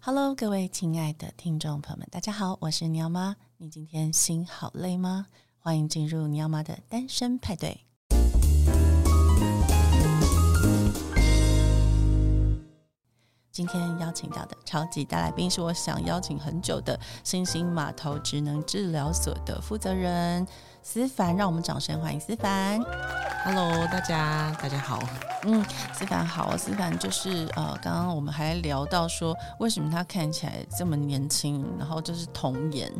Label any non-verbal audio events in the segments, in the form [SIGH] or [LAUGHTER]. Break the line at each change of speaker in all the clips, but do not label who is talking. Hello，各位亲爱的听众朋友们，大家好，我是鸟妈。你今天心好累吗？欢迎进入鸟妈的单身派对。今天邀请到的超级大来宾是我想邀请很久的星星码头职能治疗所的负责人思凡，让我们掌声欢迎思凡。
Hello，大家大家好。
嗯思凡好，思凡就是呃，刚刚我们还聊到说，为什么他看起来这么年轻，然后就是童颜，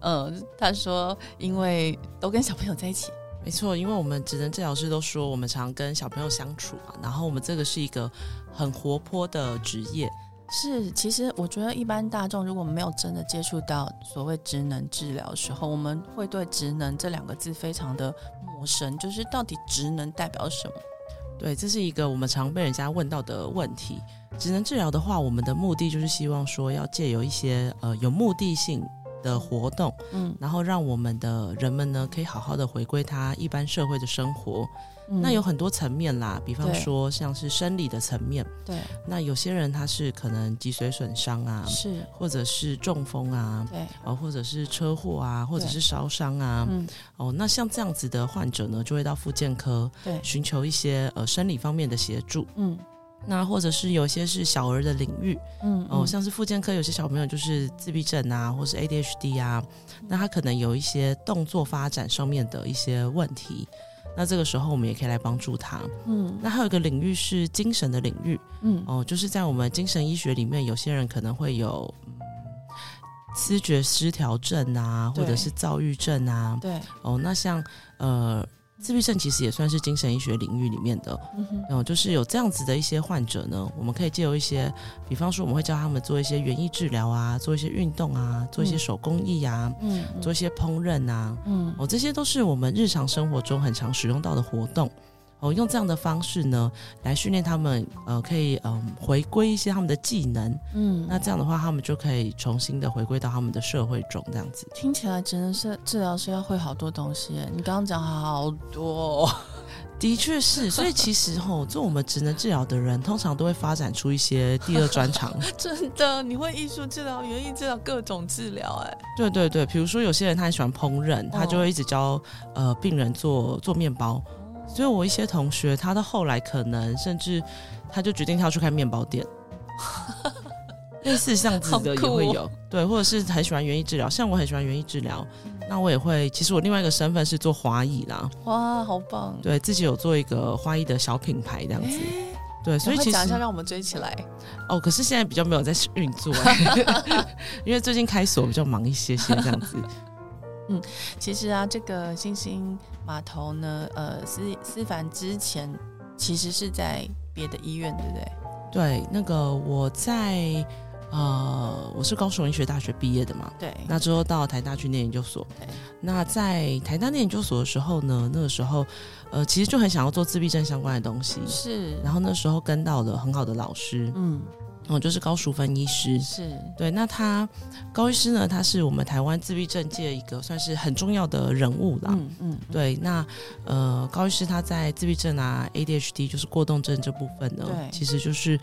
呃，他说因为都跟小朋友在一起，
没错，因为我们职能治疗师都说，我们常跟小朋友相处嘛，然后我们这个是一个很活泼的职业，
是，其实我觉得一般大众如果没有真的接触到所谓职能治疗的时候，我们会对职能这两个字非常的陌生，就是到底职能代表什么？
对，这是一个我们常被人家问到的问题。职能治疗的话，我们的目的就是希望说，要借由一些呃有目的性的活动，
嗯，
然后让我们的人们呢，可以好好的回归他一般社会的生活。
嗯
那有很多层面啦，比方
对
说像是生理的层面，
对嗯
那有些人他是可能脊髓损伤啊，
是，
或者是中风啊，
对，
哦，或者是车祸啊，或者
对
是烧伤啊，
嗯，
哦，那像这样子的患者呢，就会到复健科
对，
寻求一些呃生理方面的协助。
嗯
那或者是有一些是小儿的领域，
嗯，
哦，
嗯
像是复健科有些小朋友就是自闭症啊，或是 ADHD 啊，那他可能有一些动作发展上面的一些问题。那这个时候，我们也可以来帮助他。
嗯
那还有一个领域是精神的领域，
嗯，
哦，就是在我们精神医学里面，有些人可能会有嗯思觉失调症啊，或者
对
是躁郁症啊。
对，
哦，那像呃自闭症其实也算是精神医学领域里面的。
嗯哼，
哦，就是有这样子的一些患者呢，我们可以借由一些，比方说我们会教他们做一些园艺治疗啊，做一些运动啊，做一些
嗯
手工艺啊，
嗯嗯
做一些烹饪啊。
嗯
哦，这些都是我们日常生活中很常使用到的活动。哦，用这样的方式呢，来训练他们，呃，可以嗯、回归一些他们的技能。
嗯，
那这样的话，他们就可以重新的回归到他们的社会中，这样子。
听起来真的是治疗师要会好多东西耶，你刚刚讲好多哦、 [LAUGHS]
的确是，所以其实吼、做我们职能治疗的人，通常都会发展出一些第二专长。
真的，你会艺术治疗、园艺治疗、各种治疗，哎，
对对对，比如说有些人他很喜欢烹
嗯
饪，他就会一直教呃病人做做面包。
哦
所以我一些同学，他到后来可能甚至他就决定他要去开面包
[LAUGHS]
店，类似像这样子的也
好酷哦
会有。对，或者是很喜欢园艺治疗，像我很喜欢园艺治疗，
嗯
那我也会。其实我另外一个身份是做花艺啦，
哇，好棒！
对自己有做一个花艺的小品牌这样子。对，所
赶
以
快
其实
讲一下，让我们追起来。
哦，可是现在比较没有在运作、欸
[LAUGHS]
因为最近开锁比较忙一些些这样子。
其实啊，这个星星码头呢，呃，思思凡之前其实是在别的医院，对不对？
对，那个我在呃，我是高雄医学大学毕业的嘛，
对，
那之后到台大去念研究所
对。
那在台大念研究所的时候呢，那个时候呃，其实就很想要做自闭症相关的东西。
是，
然后那时候跟到了很好的老师，
嗯，
嗯，就是高淑芬医师。
是，
对，那他高医师呢，他是我们台湾自闭症界一个算是很重要的人物啦。
嗯嗯，
对，那呃，高医师他在自闭症啊、ADHD 就是过动症这部分呢
对，
其实就是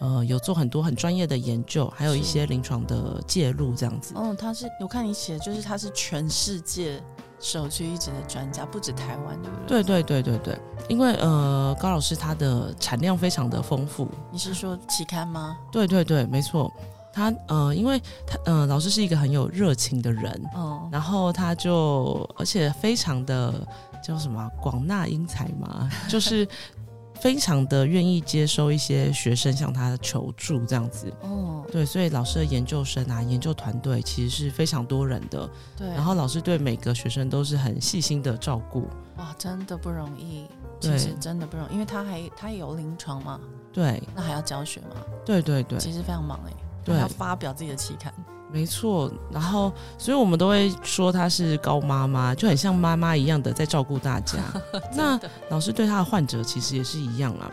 呃有做很多很专业的研究，还有一
是
些临床的介入这样子。
哦，他是我看你写，就是他是全世界首屈一指的专家，不止台湾，对不对？
对对对对对，因为呃高老师他的产量非常的丰富，
你是说期刊吗？
对对对，没错，他呃因为他呃老师是一个很有热情的人，
哦，
然后他就而且非常的叫什么啊广纳英才嘛，就是 [LAUGHS] 非常的愿意接收一些学生向他求助这样子。
哦，
对，所以老师的研究生啊，研究团队其实是非常多人的，
对，
然后老师对每个学生都是很细心的照顾。
哇，真的不容易，其
对
实真的不容易，因为他还他也有临床嘛，
对，
那还要教学嘛，
对对对，
其实非常忙哎、
对
还要发表自己的期刊，
没错。然后，所以我们都会说她是高妈妈，就很像妈妈一样的在照顾大
[LAUGHS]
家。那老师对他的患者其实也是一样啦，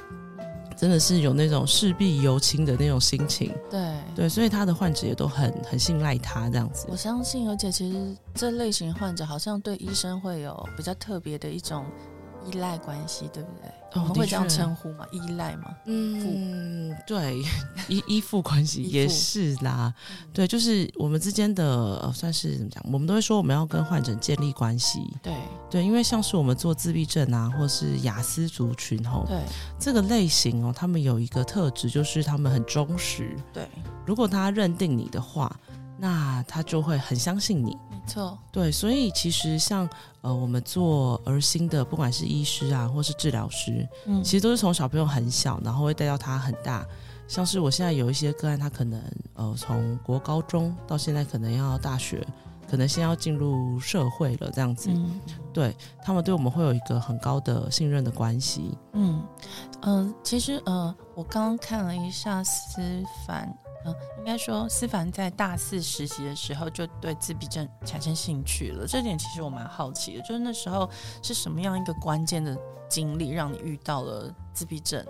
真的是有那种事必由亲的那种心情。
对。
对，所以他的患者也都很很信赖他这样子
我。相信，而且其实这类型患者好像对医生会有比较特别的一种依赖关系，对不对？
哦
我们会这样
的确
称呼吗？依赖吗？
嗯，对， [LAUGHS] 依依附关系
依附嗯
也是啦，对，就是我们之间的、呃、算是怎么讲，我们都会说我们要跟患者建立关系，
对
对，因为像是我们做自闭症啊，或是雅思族群吼，
对
这个类型哦，他们有一个特质就是他们很忠实，
对，
如果他认定你的话，那他就会很相信你。
没错，
对，所以其实像呃，我们做儿心的，不管是医师啊，或是治疗师，
嗯
其实都是从小朋友很小，然后会带到他很大。像是我现在有一些个案，他可能呃从国高中到现在可能要大学，可能先要进入社会了这样子。
嗯
对他们对我们会有一个很高的信任的关系。
嗯嗯、其实呃，我刚刚看了一下思凡，嗯、应该说思凡在大四实习的时候就对自闭症产生兴趣了。这点其实我蛮好奇的，就是那时候是什么样一个关键的经历让你遇到了自闭症？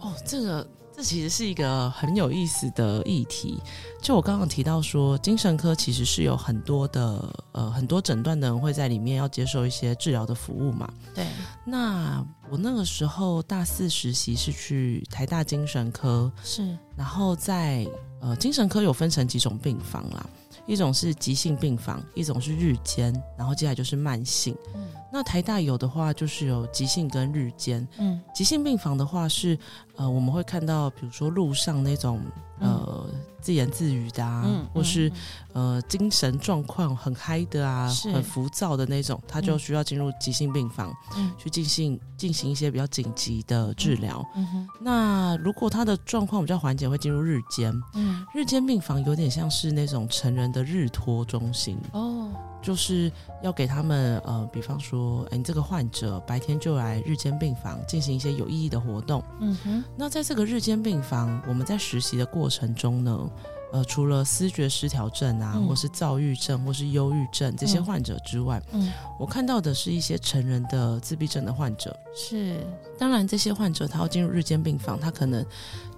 哦，这个这其实是一个很有意思的议题。就我刚刚提到说，精神科其实是有很多的呃很多诊断的人会在里面要接受一些治疗的服务嘛。
对，
那我那个时候大四实习是去台大精神科，
是
然后在呃精神科有分成几种病房啦，一种是急性病房，一种是日间，然后接下来就是慢性。
嗯
那台大有的话就是有急性跟日间，
嗯
急性病房的话是，呃，我们会看到，比如说路上那种
嗯
呃、自言自语的啊，或是呃精神状况很嗨的啊，
是
很浮躁的那种，他就
嗯
需要进入急性病房、
嗯
去进行进行一些比较紧急的治疗。
嗯哼
那如果他的状况比较缓解，会进入日间。
嗯
日间病房有点像是那种成人的日托中心，
哦
就是要给他们呃，比方说，哎，你这个患者白天就来日间病房进行一些有意义的活动。
嗯哼
那在这个日间病房，我们在实习的过程中呢，呃，除了思觉失调症啊，
嗯
或是躁郁症，或是忧郁症这些
嗯
患者之外，
嗯
我看到的是一些成人的自闭症的患者。
是
当然，这些患者他要进入日间病房，他可能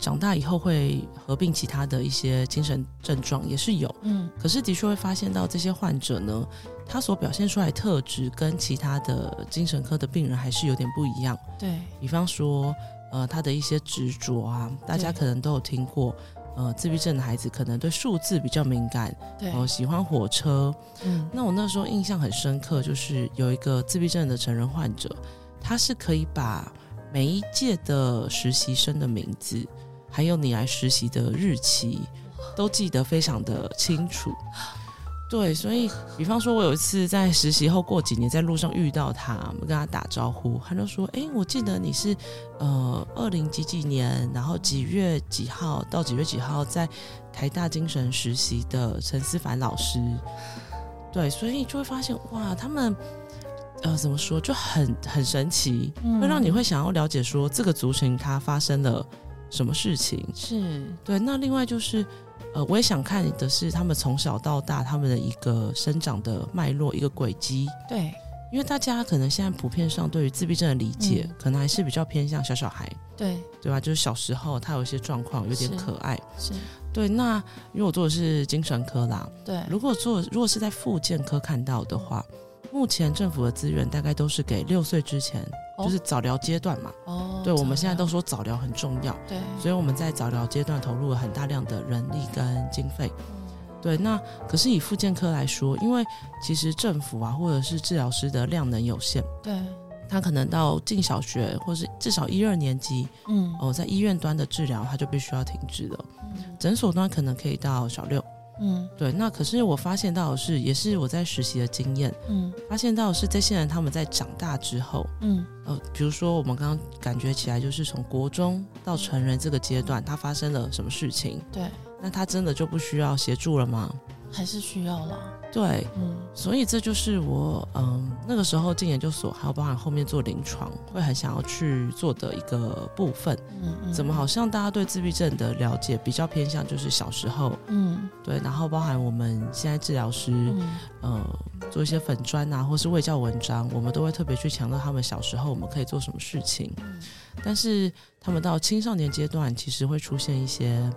长大以后会合并其他的一些精神症状，也是有。
嗯
可是的确会发现到这些患者呢，他所表现出来的特质跟其他的精神科的病人还是有点不一样。
对
比方说，呃，他的一些执着啊，大家可能都有听过。呃，自闭症的孩子可能对数字比较敏感，
对
哦、喜欢火车。
嗯
那我那时候印象很深刻，就是有一个自闭症的成人患者，他是可以把每一届的实习生的名字，还有你来实习的日期，都记得非常的清楚。对，所以比方说，我有一次在实习后过几年，在路上遇到他，我跟他打招呼，他就说：“哎、我记得你是呃二零几几年，然后几月几号到几月几号在台大精神实习的陈思凡老师。”对，所以就会发现哇，他们呃怎么说就很很神奇，
嗯
会让你会想要了解说这个族群它发生了什么事情。
是
对，那另外就是，呃，我也想看的是他们从小到大他们的一个生长的脉络、一个轨迹，
对
因为大家可能现在普遍上对于自闭症的理解，
嗯
可能还是比较偏向小小孩，
对
对吧？就是小时候他有一些状况，有点
是
可爱。
是
对，那因为我做的是精神科啦，
对
如果做如果是在复健科看到的话，目前政府的资源大概都是给六岁之前，
哦
就是早疗阶段嘛。
哦
对，我
这
们
样
现在都说早疗很重要。
对
所以我们在早疗阶段投入了很大量的人力跟经费。对，那可是以复健科来说，因为其实政府啊或者是治疗师的量能有限，
对
他可能到进小学或是至少一二年级
嗯
哦，在医院端的治疗他就必须要停止了，诊所端可能可以到小六。
嗯
对，那可是我发现到的是，也是我在实习的经验，
嗯
发现到的是这些人他们在长大之后，
嗯
呃，比如说我们刚刚感觉起来就是从国中到成人这个阶段，他发生了什么事情，
对
那他真的就不需要协助了吗？
还是需要啦
对，
嗯
所以这就是我嗯那个时候进研究所，还有包含后面做临床，会很想要去做的一个部分。
嗯嗯
怎么好像大家对自闭症的了解比较偏向就是小时候
嗯
对，然后包含我们现在治疗师、
嗯
呃做一些粉砖啊，或是卫教文章，我们都会特别去强调他们小时候我们可以做什么事情。
嗯
但是他们到青少年阶段，其实会出现一些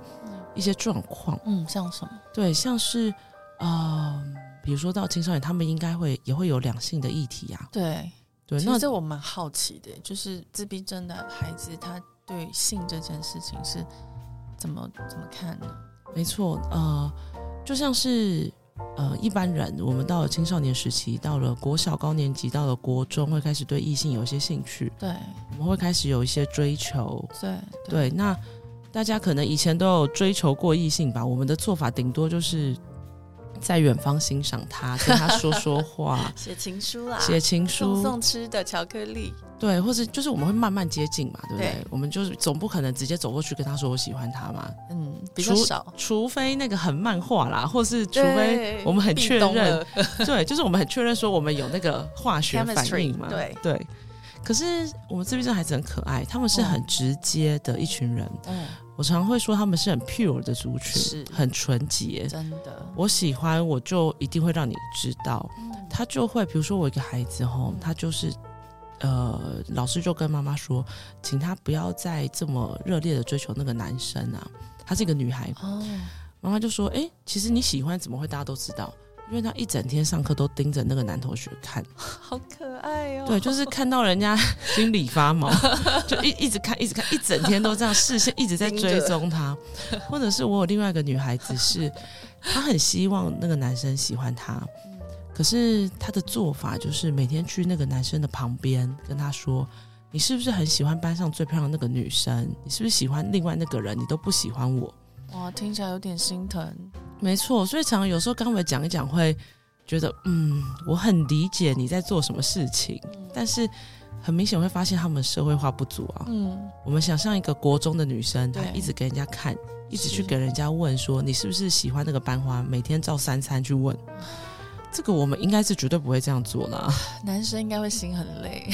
一些状况。
嗯像什么
对，像是呃，比如说到青少年，他们应该会也会有两性的议题啊，
对
对，
其
那
实这我蛮好奇的，就是自闭症的孩子他对性这件事情是怎么怎么看呢？
没错，呃，就像是呃一般人，我们到了青少年时期，到了国小高年级，到了国中，会开始对异性有一些兴趣，
对
我们会开始有一些追求。
对，
对，那大家可能以前都有追求过异性吧，我们的做法顶多就是在远方欣赏他，跟他说说话
[LAUGHS] 写情书啦，
写情
送
书，
送吃的巧克力，
对，或是就是我们会慢慢接近嘛，对不对？
对
我们就是总不可能直接走过去跟他说我喜欢他嘛，
嗯，比较
除
少，
除非那个很漫画啦，或是除非
对
我们很
壁
确
咚
认，
了
[LAUGHS] 对，就是我们很确认说我们有那个化学反应
chemistry，
嘛，
对
对。可是我们自闭症孩子很可爱，他们是
哦
很直接的一群人。
嗯，
我常会说他们是很 pure 的族群
是，
很纯洁。
真 [LAUGHS] 的，
我喜欢，我就一定会让你知道。他就会，比如说我有一个孩子吼，他就是，呃，老师就跟妈妈说，请他不要再这么热烈的追求那个男生啊。她是一个女孩，
哦，
妈妈就说：“哎、其实你喜欢，怎么会大家都知道？因为她一整天上课都盯着那个男同学看，
好可爱哦，
对，就是看到人家 [LAUGHS] 心里发毛， [LAUGHS] 就一一直看，一直看，一整天都这样，视线一直在追踪他。或者是我有另外一个女孩子是，她很希望那个男生喜欢她，可是她的做法就是每天去那个男生的旁边跟他说。”你是不是很喜欢班上最漂亮的那个女生？你是不是喜欢另外那个人？你都不喜欢我？
哇，听起来有点心疼，
没错，所以常常有时候跟他们讲一讲，会觉得嗯，我很理解你在做什么事情，
嗯
但是很明显会发现他们社会化不足啊。
嗯，
我们想象一个国中的女生，她
对
一直给人家看，一直
是
去给人家问说你是不是喜欢那个班花，每天照三餐去问，这个我们应该是绝对不会这样做啦。
男生应该会心很累，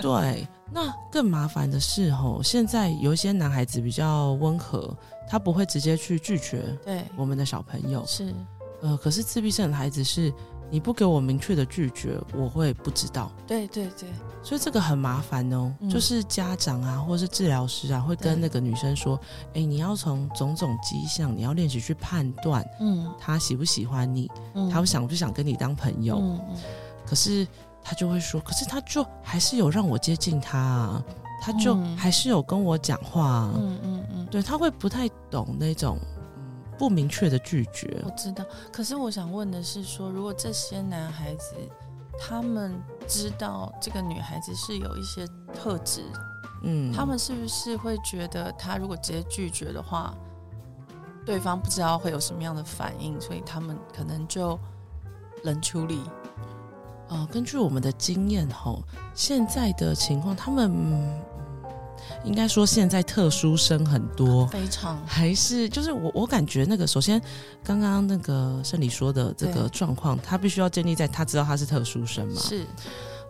对， [LAUGHS] 那更麻烦的是吼，现在有一些男孩子比较温和，他不会直接去拒绝
[LAUGHS] 对，
我们的小朋友，
是，
呃，可是自闭症的孩子是，你不给我明确的拒绝，我会不知道，
对对对，
所以这个很麻烦哦。
嗯
就是家长啊，或是治疗师啊，会跟
对
那个女生说，哎，你要从种种迹象，你要练习去判断
嗯，
他喜不喜欢你，
嗯
他想不想跟你当朋友。
嗯嗯
可是他就会说，可是他就还是有让我接近他、啊，他就
嗯
还是有跟我讲话、啊，
嗯嗯嗯，
对他会不太懂那种。嗯不明确的拒绝
我，知道，可是我想问的是说如果这些男孩子他们知道这个女孩子是有一些特质，
嗯，
他们是不是会觉得他如果直接拒绝的话，对方不知道会有什么样的反应，所以他们可能就冷处理？
呃，根据我们的经验吼，现在的情况，他们、嗯应该说现在特殊生很多，
非常
还是就是我我感觉那个，首先刚刚那个圣理说的这个
对
状况，他必须要建立在他知道他是特殊生嘛。
是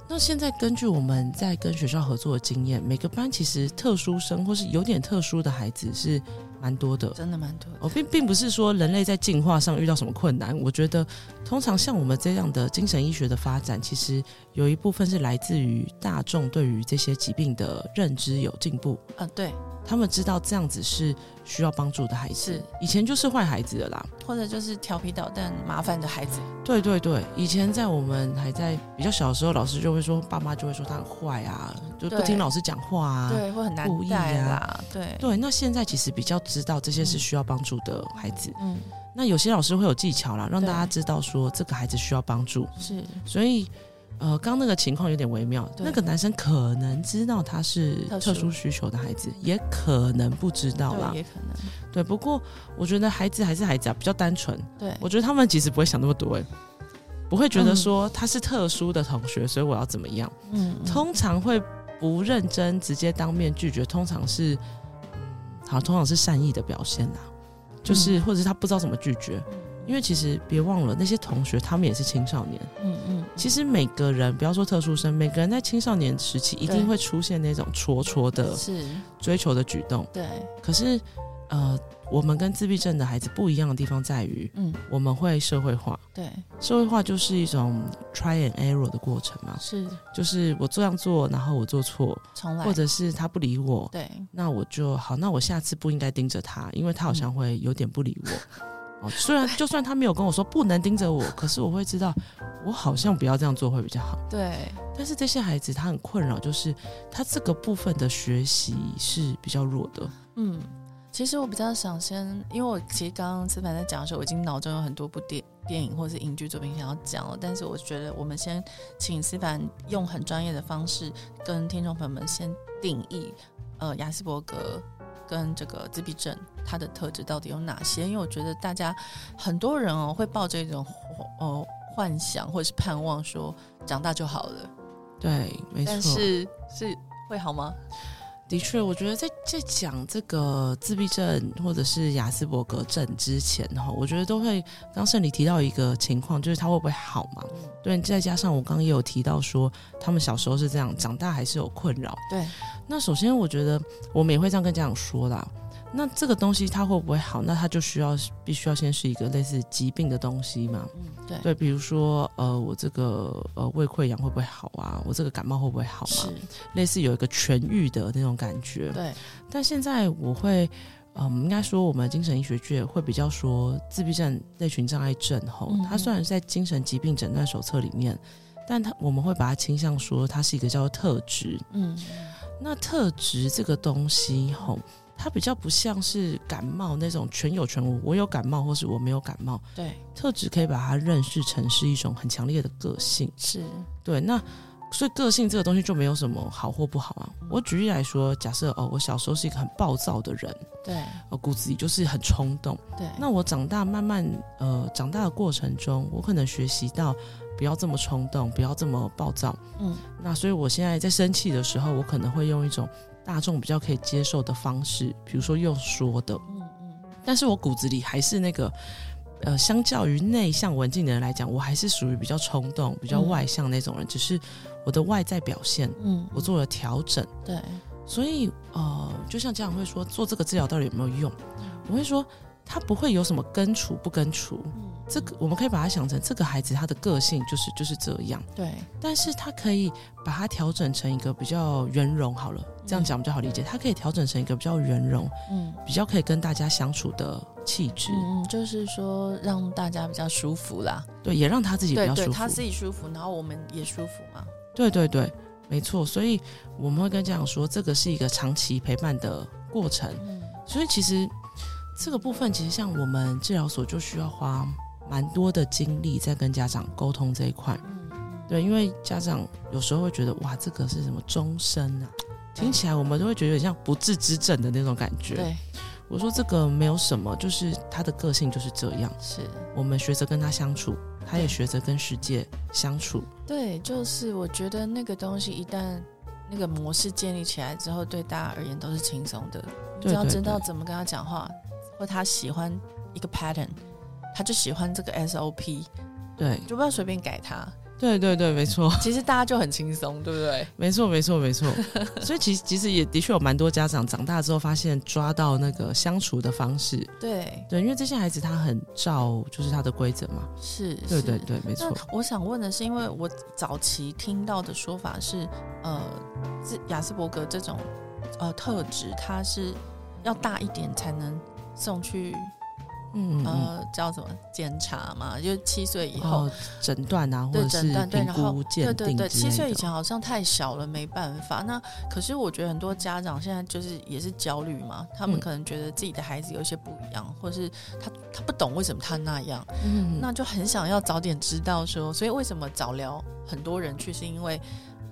那现在根据我们在跟学校合作的经验，每个班其实特殊生或是有点特殊的孩子是蛮多的。
真的蛮多的，
我哦并并不是说人类在进化上遇到什么困难，我觉得通常像我们这样的精神医学的发展，其实有一部分是来自于大众对于这些疾病的认知有进步，
啊，对，
他们知道这样子是需要帮助的孩子
是，
以前就是坏孩子的啦。
或者就是调皮捣蛋、麻烦的孩子，
对对对，以前在我们还在比较小的时候，老师就会说，爸妈就会说他很坏啊，就不
对
听老师讲话啊。
对，会很难
故意
带
啊
啦，对，
对，那现在其实比较知道这些是
嗯
需要帮助的孩子。
嗯，
那有些老师会有技巧啦，让
对
大家知道说这个孩子需要帮助。
是
所以，呃，刚那个情况有点微妙，
对
那个男生可能知道他是
特殊
特殊需求的孩子，也可能不知道啦
对，。也可能，
对，不过我觉得孩子还是孩子啊，比较单纯。
对，
我觉得他们其实不会想那么多、欸，不会觉得说他是特殊的同学，所以我要怎么样。
嗯，嗯
通常会不认真，直接当面拒绝，通常是，嗯好，通常是善意的表现啦，
嗯
就是、或者是他不知道怎么拒绝，因为其实别忘了那些同学他们也是青少年，
嗯嗯，
其实每个人不要说特殊生，每个人在青少年时期一定会出现那种戳戳的
是
追求的举动，
对，
可是，呃，我们跟自闭症的孩子不一样的地方在于，
嗯，
我们会社会化。
对，
社会化就是一种 try and error 的过程嘛，
是
就是我这样做，然后我做错，
重来，
或者是他不理我，
对，
那我就好，那我下次不应该盯着他，因为他好像会有点不理我。哦，虽然就算他没有跟我说不能盯着我，可是我会知道我好像不要这样做会比较好。
对，
但是这些孩子他很困扰，就是他这个部分的学习是比较弱的。
嗯，其实我比较想先，因为我其实刚刚思凡在讲的时候，我已经脑中有很多部电电影或是影剧作品想要讲了，但是我觉得我们先请思凡用很专业的方式跟听众朋友们先定义，呃，雅斯伯格。跟这个自闭症它的特质到底有哪些？因为我觉得大家很多人哦会抱着一种哦幻想或者是盼望说长大就好了，
对，没
但
错。
是是会好吗？
的确，我觉得在在讲这个自闭症或者是雅斯伯格症之前哈，我觉得都会刚胜里提到一个情况，就是他会不会好嘛？
嗯
对，再加上我刚刚也有提到说，他们小时候是这样，长大还是有困扰。
对，
那首先，我觉得我们也会这样跟家长说啦。那这个东西它会不会好？那它就需要必须要先是一个类似疾病的东西嘛？
嗯，对，
对，比如说呃，我这个呃胃溃疡会不会好啊？我这个感冒会不会好嘛？
是，
类似有一个痊愈的那种感觉。
对，
但现在我会，嗯，应该说我们精神医学界会比较说自闭症类群障碍症吼，
嗯
它虽然是在精神疾病诊断手册里面，但它我们会把它倾向说它是一个叫做特质。
嗯，
那特质这个东西吼。它比较不像是感冒那种全有全无，我有感冒或是我没有感冒。
对，
特质可以把它认识成是一种很强烈的个性。
是，
对，那所以个性这个东西就没有什么好或不好啊。我举例来说，假设哦，我小时候是一个很暴躁的人，
对，
呃，骨子里就是很冲动。
对，
那我长大慢慢呃长大的过程中，我可能学习到不要这么冲动，不要这么暴躁。
嗯，
那所以我现在在生气的时候，我可能会用一种大众比较可以接受的方式，比如说用说的，
嗯嗯，
但是我骨子里还是那个。呃，相较于内向文静的人来讲，我还是属于比较冲动、比较
嗯
外向那种人，只是我的外在表现
嗯，
我做了调整。
对，
所以呃，就像家长会说做这个治疗到底有没有用，我会说他不会有什么根除不根除，
嗯，
这个我们可以把它想成这个孩子他的个性就是就是这样，
对，
但是他可以把它调整成一个比较圆融好了，这样讲比较好理解，他可以调整成一个比较圆融、
嗯。
比较可以跟大家相处的气质，
嗯，嗯就是说让大家比较舒服啦，
对，也让他自己比
对
较
对，
舒
他
服，
自己舒服，然后我们也舒服嘛。
对对对，没错，所以我们会跟家长说这个是一个长期陪伴的过程。
嗯，
所以其实这个部分，其实像我们治疗所就需要花蛮多的精力在跟家长沟通这一块。
嗯
对，因为家长有时候会觉得，哇，这个是什么终身啊？听起来我们都会觉得有点像不治之症的那种感觉。
对，
我说这个没有什么，就是他的个性就是这样，
是，
我们学着跟他相处，他也
对
学着跟世界相处。
对，就是我觉得那个东西一旦那个模式建立起来之后，对大家而言都是轻松的。你
对
只要
对
知道
对
怎么跟他讲话，或他喜欢一个 pattern，他就喜欢这个 SOP，
对，
就不要随便改他。
对对对，没错。
其实大家就很轻松，对不对？
没错，没错，没错。 [LAUGHS] 所以其实其实也的确有蛮多家长长大之后发现抓到那个相处的方式，
对，
对，因为这些孩子他很照就是他的规则嘛，
是，
对
是
对对，没错
那，我想问的是，因为我早期听到的说法是，呃，这雅斯伯格这种呃特质，它是要大一点才能送去
嗯嗯嗯，
呃叫什么检查嘛，就是七岁以后。
哦，诊断啊，或
对
者是
诊断对，
评
然后
估鉴
对对
定
对，
之
七岁
类
以
的，
前好像太小了，没办法。那可是我觉得很多家长现在就是也是焦虑嘛，他们
嗯
可能觉得自己的孩子有一些不一样，或是他他不懂为什么他那样。
嗯，
那就很想要早点知道说，所以为什么早疗很多人去，是因为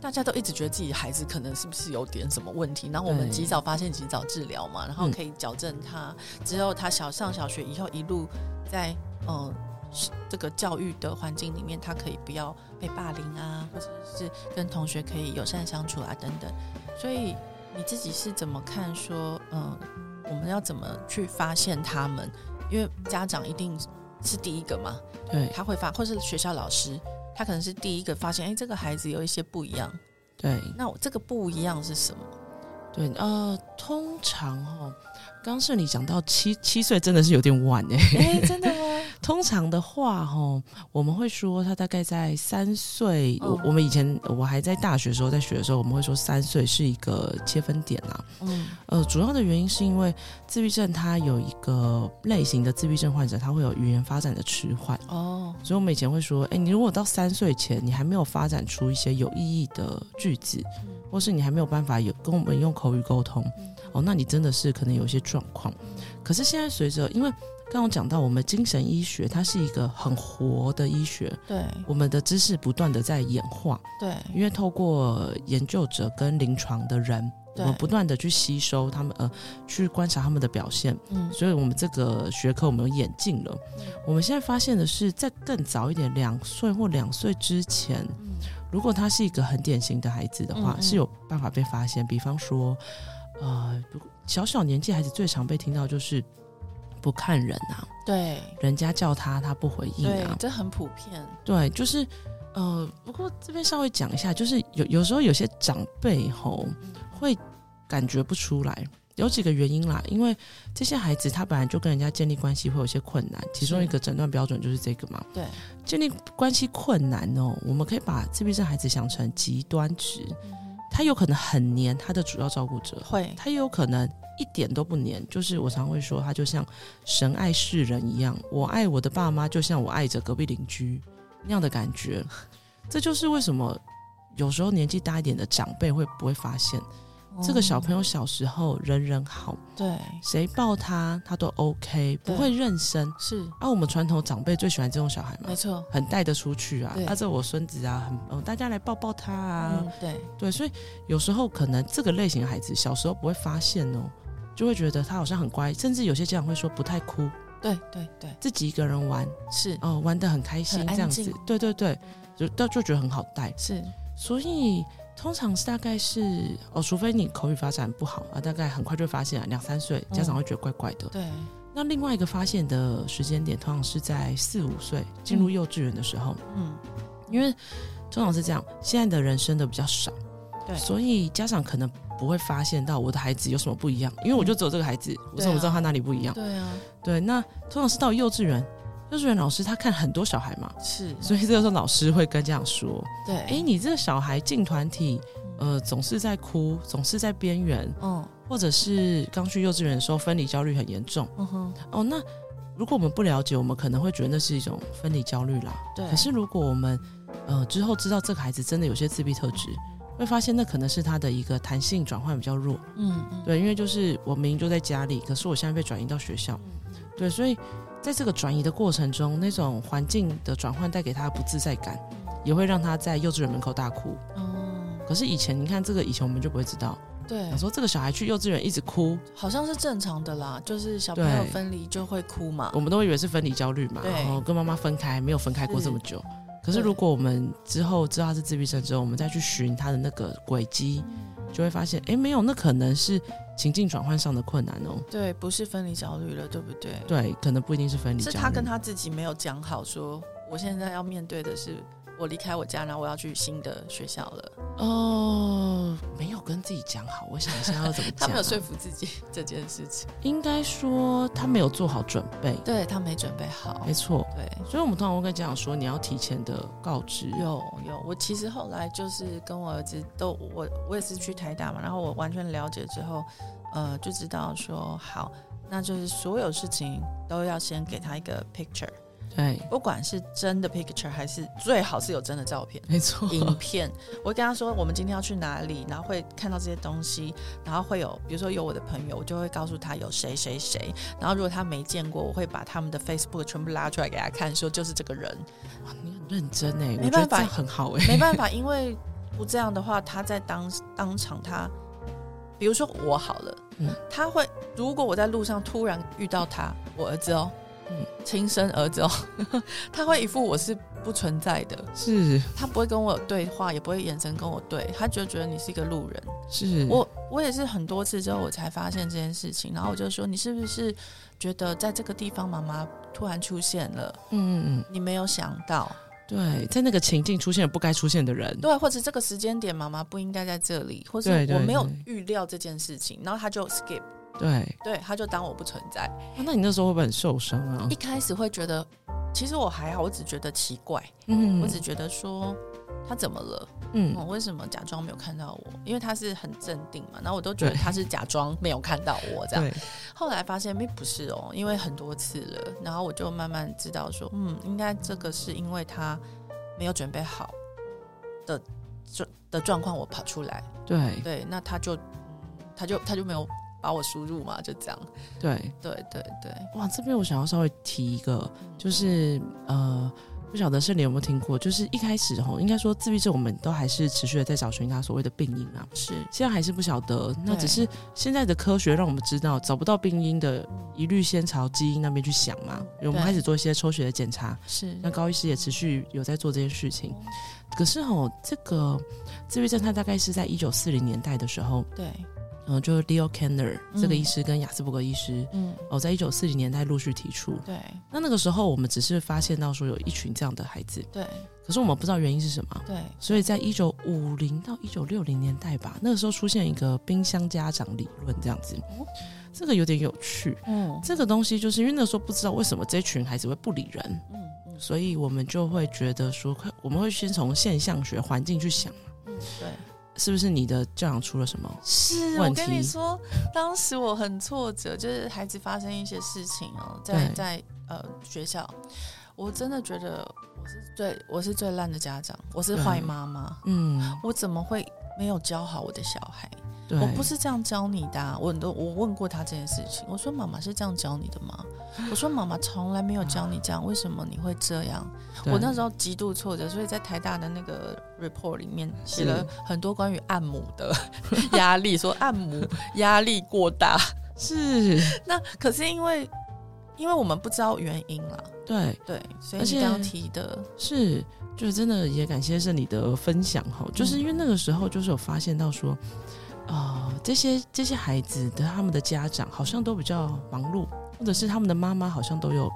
大家都一直觉得自己孩子可能是不是有点什么问题，然后我们
对
及早发现、及早治疗嘛，然后
嗯
可以矫正他。之后他小上小学以后一路在嗯、呃是这个教育的环境里面，他可以不要被霸凌啊，或者是跟同学可以友善相处啊等等。所以你自己是怎么看说，嗯、我们要怎么去发现他们？因为家长一定是第一个嘛，
对
他会发，或是学校老师，他可能是第一个发现，哎，这个孩子有一些不一样。
对
那我这个不一样是什么？
对，呃，通常哦，刚是你讲到七七岁真的是有点晚哎、
哎，真的吗？
通常的话，哈，我们会说他大概在三岁。
嗯
我我们以前我还在大学的时候，在学的时候，我们会说三岁是一个切分点啊。
[LAUGHS] 嗯
呃，主要的原因是因为自闭症它有一个类型的自闭症患者，他会有语言发展的迟缓，
哦
所以我们以前会说，哎、你如果到三岁前你还没有发展出一些有意义的句子，
嗯
或是你还没有办法有跟我们用口语沟通，哦，那你真的是可能有一些状况。可是现在随着，因为刚刚讲到我们精神医学，它是一个很活的医学，
对
我们的知识不断的在演化，
对
因为透过研究者跟临床的人，我
对
们不断的去吸收他们，呃，去观察他们的表现，
嗯
所以我们这个学科我们有演进了。我们现在发现的是，在更早一点，两岁或两岁之前，如果他是一个很典型的孩子的话，
嗯嗯
是有办法被发现。比方说，呃，如果小小年纪孩子最常被听到就是不看人啊，
对
人家叫他他不回应
对
啊，，
这很普遍。
对，就是呃，不过这边稍微讲一下，就是有有时候有些长辈吼会感觉不出来，有几个原因啦，因为这些孩子他本来就跟人家建立关系会有些困难，其中
是
一个诊断标准就是这个嘛，
对，
建立关系困难哦，我们可以把自闭症孩子想成极端值，他有可能很黏他的主要照顾者，
会
他也有可能一点都不黏，就是我常会说他就像神爱世人一样，我爱我的爸妈就像我爱着隔壁邻居那样的感觉。这就是为什么有时候年纪大一点的长辈会不会发现，这个小朋
哦
友小时候人人好，
友嗯对
谁抱他他都 OK，不
对
会认生。
是
啊，我们传统长辈最喜欢这种小孩嘛
没，错
很带得出去啊
对，
啊，这我孙子啊，很、哦、大家来抱抱他啊，
嗯对
对，所以有时候可能这个类型的孩子小时候不会发现哦，就会觉得他好像很乖，甚至有些家长会说不太哭，
对对对
自己一个人玩
是
哦，玩得很开心
很安
这样子
静。
对对对，就到就觉得很好带。
是
所以通常是大概是哦，除非你口语发展不好啊，大概很快就会发现啊，两三岁家长会觉得怪怪的。
对
那另外一个发现的时间点，通常是在四五岁进入幼稚园的时候，
嗯
因为通常是这样，现在的人生的比较少。
对
所以家长可能不会发现到我的孩子有什么不一样，因为我就只有这个孩子，我怎么知道他哪里不一样？
嗯啊对啊
对，那通常是到幼稚园，幼稚园老师他看很多小孩嘛，
是
所以这个时候老师会跟家长说：“
嗯对
哎、你这个小孩进团体，呃，总是在哭，总是在边缘，
嗯
或者是刚去幼稚园的时候分离焦虑很严重。
嗯哼”
哦，那如果我们不了解，我们可能会觉得那是一种分离焦虑啦。
对
可是如果我们呃之后知道这个孩子真的有些自闭特质，会发现那可能是他的一个弹性转换比较弱。
嗯嗯
对，因为就是我明明就在家里，可是我现在被转移到学校，对，所以在这个转移的过程中，那种环境的转换带给他的不自在感，也会让他在幼稚园门口大哭。
哦
可是以前你看这个，以前我们就不会知道，
对
想说这个小孩去幼稚园一直哭，
好像是正常的啦，就是小朋友
对
分离就会哭嘛
我。们都会以为是分离焦虑嘛，
对
然后跟妈妈分开，没有分开过
是
这么久。可是如果我们之后知道他是自闭症之后，我们再去寻他的那个轨迹，
嗯
就会发现，哎，没有，那可能是情境转换上的困难哦。
对，不是分离焦虑了，对不对？
对，可能不一定是分离焦
是
虑。
他跟他自己没有讲好说，我现在要面对的是我离开我家，然后我要去新的学校了。
哦，没有跟自己讲好。我想一下要怎么
他 [LAUGHS]
讲、啊
没有说，服自己这件事情，
应该说他没有做好准备。
对他没准备好
没。错，
对，
所以我们通常会跟家长说，你要提前的告知。
有有，我其实后来就是跟我儿子都，我我也是去台大嘛，然后我完全了解之后，呃，就知道说好，那就是所有事情都要先给他一个 picture，
对，
不管是真的 picture 还是最好是有真的照
[LAUGHS]
片。
没错，
影片，我跟他说我们今天要去哪里，然后会看到这些东西，然后会有，比如说有我的朋友，我就会告诉他有谁谁谁，然后如果他没见过，我会把他们的 Facebook 全部拉出来给他看，说就是这个人。
哇你很认真哎，我
没
觉得
办
这
法
样很好哎。
没办法，因为不这样的话，他在当当场他，比如说我好了，
嗯
他会如果我在路上突然遇到他，我儿子哦，
嗯
亲生儿子哦， [LAUGHS] 他会一副我是不存在的，
是
他不会跟我对话，也不会眼神跟我对，他就觉得你是一个路人。
是，
我我也是很多次之后我才发现这件事情，然后我就说你是不是觉得在这个地方妈妈突然出现了，
嗯嗯嗯，
你没有想到，
对，在那个情境出现了不该出现的人，
对，或者这个时间点妈妈不应该在这里，或是
对对
我没有
对
预料这件事情，然后他就 skip，
对、
对，他就当我不存在。
嗯啊那你那时候会不会很受伤啊
一？开始会觉得其实我还好，我只觉得奇怪，
嗯
我只觉得说他怎么了？
嗯
嗯，为什么假装没有看到我？因为他是很镇定嘛，然后我都觉得他是假装没有看到我这样。
对，
后来发现并不是哦，因为很多次了，然后我就慢慢知道说，嗯，应该这个是因为他没有准备好的状的状况，我跑出来，
对
对，那他就他就他就没有把我输入嘛，就这样，
对，
对对对，
哇，这边我想要稍微提一个，就是呃，不晓得是你有没有听过，就是一开始吼，应该说自闭症我们都还是持续的在找寻它所谓的病因啊，
是
现在还是不晓得，那
对
只是现在的科学让我们知道，找不到病因的，一律先朝基因那边去想嘛。因为我们
对
开始做一些抽血的检查，
是
那高医师也持续有在做这件事情。可是吼，这个自闭症它大概是在一九四零年代的时候，
对，
嗯、就是 Leo Kanner
嗯
这个医师跟雅斯伯格医师，
嗯，
哦，在一九四零年代陆续提出。
对
那那个时候我们只是发现到说有一群这样的孩子，
对
可是我们不知道原因是什么。
对，
所以在一九五零到一九六零年代吧，那个时候出现一个冰箱家长理论这样子
哦，
这个有点有趣。
嗯
这个东西就是因为那时候不知道为什么这群孩子会不理人，
嗯嗯
所以我们就会觉得说，快我们会先从现象学环境去想，
嗯，对。
是不是你的教养出了什么？
是我
问
跟你
题
说，当时我很挫折，就是孩子发生一些事情哦，在
对
在呃学校，我真的觉得我是最我是最烂的家长，我是
对
坏妈妈，
嗯，
我怎么会没有教好我的小孩？
对，
我不是这样教你的啊、我很多我问过他这件事情，我说妈妈是这样教你的吗？我说妈妈从来没有教你这样，为什么你会这样？
对，
我那时候极度挫折，所以在台大的那个 report 里面写了很多关于按摩的压力，说按摩压力过大。
是
那可是因为因为我们不知道原因啦，
对
对，所以
而且
你刚刚提的，
是，就真的也感谢是你的分享哈，
嗯
就是因为那个时候就是有发现到说，啊、这些这些孩子的他们的家长好像都比较忙碌，或者是他们的妈妈好像都有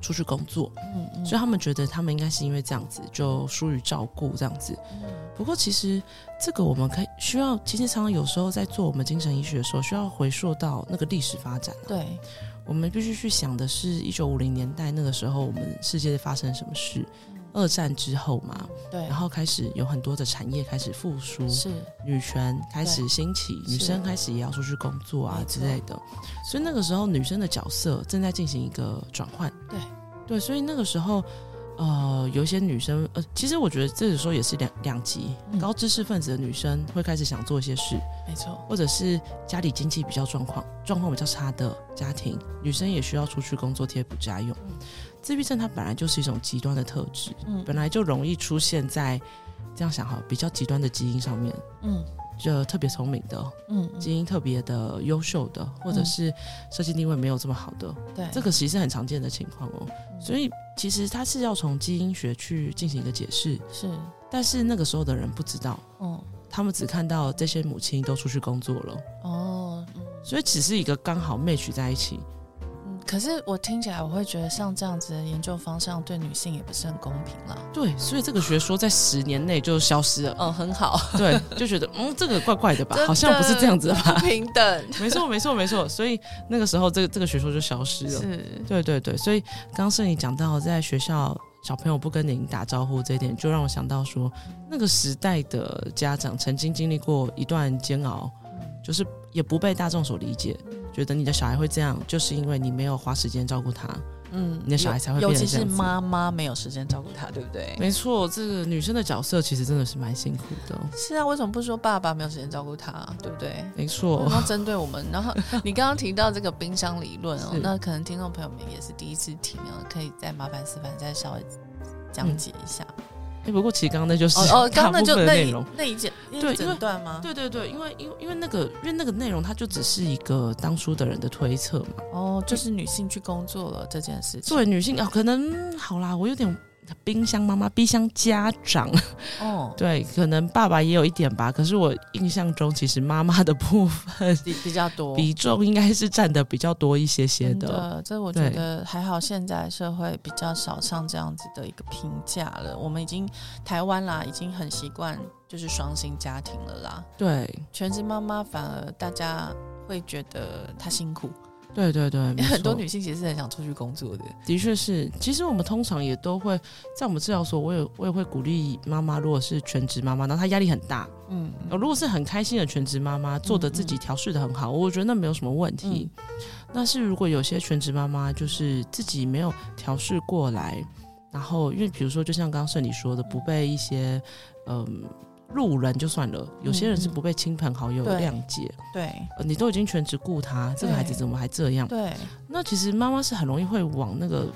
出去工作，
嗯嗯
所以他们觉得他们应该是因为这样子就疏于照顾这样子。
嗯
不过其实这个我们可以需要，其实常常有时候在做我们精神医学的时候，需要回溯到那个历史发展、啊。
对
我们必须去想的是，一九五零年代那个时候我们世界发生了什么事？二战之后嘛，
嗯对
然，后开始有很多的产业开始复苏，
是
女权开始兴起，
是
女生开始也要出去工作啊
没错
之类的，所以那个时候女生的角色正在进行一个转换。
对
对，所以那个时候，呃，有一些女生，呃，其实我觉得这个时候也是两两极，
嗯
高知识分子的女生会开始想做一些事，
没错，
或者是家里经济比较状况状况比较差的家庭，女生也需要出去工作贴补家用。自闭症它本来就是一种极端的特质，
嗯
本来就容易出现在这样想哈，比较极端的基因上面，
嗯
就特别聪明的，
嗯嗯，
基因特别的优秀的，或者是社会定位没有这么好的，
对，
这个其实是很常见的情况哦。所以其实它是要从基因学去进行一个解释，
是
但是那个时候的人不知道，
嗯
他们只看到这些母亲都出去工作了，
哦嗯。
所以只是一个刚好 match 在一起。
嗯可是我听起来，我会觉得像这样子的研究方向对女性也不是很公平啦。
对，所以这个学说在十年内就消失 [LAUGHS] 了。
嗯，很好，
对，就觉得嗯，这个怪怪的吧
真，的
好像不是这样子的吧
不？平等
[LAUGHS] 没错，没错，没错。所以那个时候，这个这个学说就消失了。
是
对对对，所以刚刚是你讲到在学校小朋友不跟您打招呼这一点，就让我想到说，那个时代的家长曾经经历过一段煎熬，就是也不被大众所理解，觉得你的小孩会这样，就是因为你没有花时间照顾他。
嗯，
你的小孩才会
尤
变
尤其
成这
是
样子
妈妈没有时间照顾他，对不对？
没错，这个女生的角色其实真的是蛮辛苦的。
是啊，为什么不说爸爸没有时间照顾他，啊对不对？
没错 [LAUGHS]
然，后针对我们，然后你刚刚提到这个冰箱理论哦
是，
那可能听众朋友们也是第一次听哦，可以再麻烦思凡再稍微讲解一下。
哎，不过其实刚刚那就是
哦哦，
大
刚刚
部
那
分
就
的
那
内
一
容。
那一件那
对
一
因为
整段吗？
对对对，因为因为因为那个因为那个内容，它就只是一个当初的人的推测嘛。
哦，就是女性去工作了这件事情。
作为女性啊、可能好啦，我有点冰箱妈妈、冰箱家长， [LAUGHS]
哦，
对，可能爸爸也有一点吧。可是我印象中，其实妈妈的部分
比比较多，
比重应该是占的比较多一些些
真
的。
的，这我觉得还好，现在社会比较少上这样子的一个评价了。我们已经台湾啦，已经很习惯就是双薪家庭了啦。
对
全职妈妈反而大家会觉得她辛苦，
对对对，没
[LAUGHS] 很多
错
女性其实是很想出去工作的。
的确是，其实我们通常也都会在我们治疗所，我也我也会鼓励妈妈，如果是全职妈妈，然后她压力很大，
嗯，嗯
呃如果是很开心的全职妈妈，做的自己调试的很好，我觉得那没有什么问题。但是如果有些全职妈妈就是自己没有调试过来，然后因为比如说，就像刚刚盛你说的，不被一些嗯、路人就算了，有些人是不被亲朋好友
对
谅解，
对
呃你都已经全职顾他，这个孩子
对
怎么还这样？
对，
那其实妈妈是很容易会往那个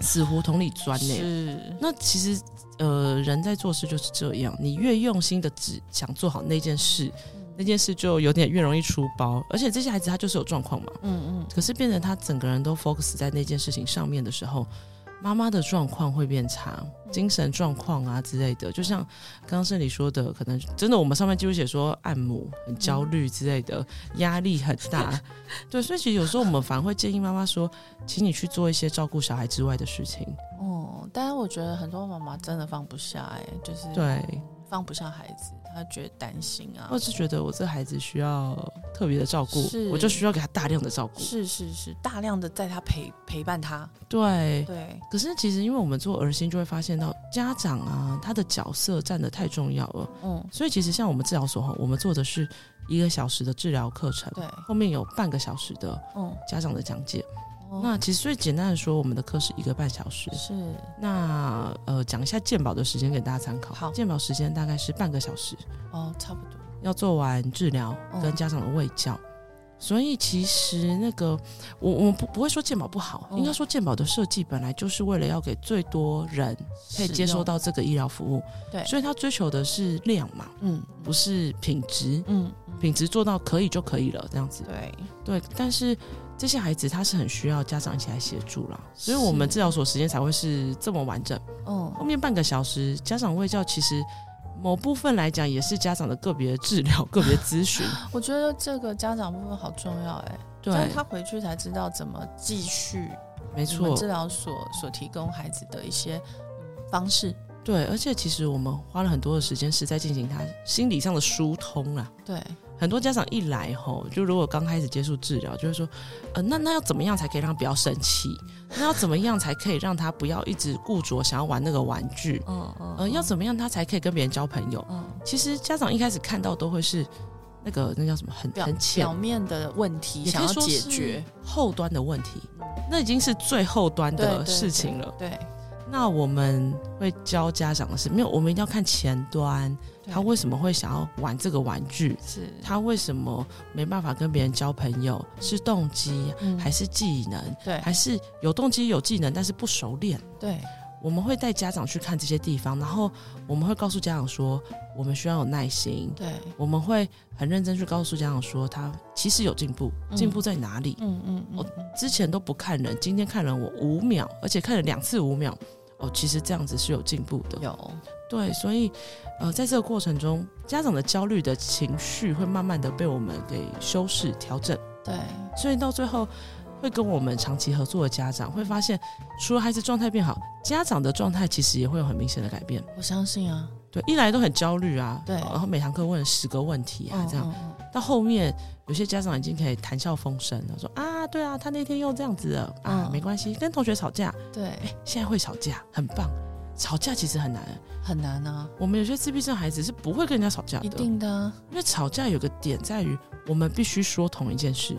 死胡同里钻呢、
是
那其实呃，人在做事就是这样，你越用心的只想做好那件事，那件事就有点越容易出包。而且这些孩子他就是有状况嘛，
嗯嗯，
可是变成他整个人都 focus 在那件事情上面的时候。妈妈的状况会变差，
嗯
精神状况啊之类的，就像刚刚是你说的，可能真的我们上面就会写说按摩很焦虑之类的，
嗯
压力很
[LAUGHS]
大，对，所以其实有时候我们反而会建议妈妈说，请你去做一些照顾小孩之外的事情，
哦，但是我觉得很多妈妈真的放不下、哎，就是
对，
放不下孩子，她觉得担心啊
我。是觉得我这孩子需要特别的照顾
是，
我就需要给他大量的照顾。
是是是，大量的在她陪陪伴她，
对，
对，
可是其实因为我们做儿心，就会发现到家长啊，他的角色占的太重要了。
嗯，
所以其实像我们治疗所哈，我们做的是一个小时的治疗课程，
对，
后面有半个小时的
嗯，
家长的讲解。
哦
那其实最简单的说，我们的课是一个半小时。
是
那呃，讲一下鉴宝的时间给大家参考。
好
鉴宝时间大概是半个小时。
哦，差不多，
要做完治疗
嗯
跟家长的喂教。所以其实那个，我我们不不会说健保不好，
嗯
应该说健保的设计本来就是为了要给最多人可以接
使
收
用，
到这个医疗服务，
对
所以他追求的是量嘛，
嗯
不是品质，
嗯，嗯
品质做到可以就可以了这样子。
对，
对，但是这些孩子他是很需要家长一起来协助啦，所以我们治疗所时间才会是这么完整。后
嗯，
面半个小时家长喂教，其实某部分来讲也是家长的个别治疗、 [LAUGHS] 个别
[LAUGHS]
咨询。
我觉得这个家长部分好重要、哎，这样
对，
他回去才知道怎么继续你
没
们
错
治，疗所所提供孩子的一些嗯方式，
对，而且其实我们花了很多的时间是在进行他心理上的疏通啦。
对，
很多家长一来吼，就如果刚开始接触治疗，就会说，呃，那那要怎么样才可以让他不要生气？那要怎么样才可以让他不要一直固着想要玩那个玩具？
嗯嗯
呃，要怎么样他才可以跟别人交朋友？
嗯
其实家长一开始看到都会是那个那叫什么，很
表
很浅
表，面的问题
也可
想
以
要
说
解
是
决
后端的问题，那已经是最后端
对
的
对
事情了。
对，
那我们会教家长的是，没有，我们一定要看前端，
对
他为什么会想要玩这个玩具，
是
他为什么没办法跟别人交朋友，是动机
嗯
还是技能，
对
还是有动机有技能但是不熟练？
对
我们会带家长去看这些地方，然后我们会告诉家长说，我们需要有耐心，
对，
我们会很认真去告诉家长说，他其实有进步，
嗯
进步在哪里？
嗯嗯
哦
嗯嗯
之前都不看人，今天看人我五秒，而且看了两次五秒，哦，其实这样子是有进步的。
有
对，所以呃，在这个过程中，家长的焦虑的情绪会慢慢的被我们给修饰调整，
对
所以到最后会跟我们长期合作的家长会发现，除了孩子状态变好，家长的状态其实也会有很明显的改变。
我相信啊，
对，一来都很焦虑啊，
对
然后每堂课问十个问题啊，
嗯
这样。
嗯嗯
到后面有些家长已经可以谈笑风生了，说啊，对啊，他那天又这样子了啊，
嗯
没关系，跟同学吵架，
对
现在会吵架，很棒。吵架其实很难，
很难啊，
我们有些自闭症孩子是不会跟人家吵架的，
一定的啊，
因为吵架有个点在于我们必须说同一件事，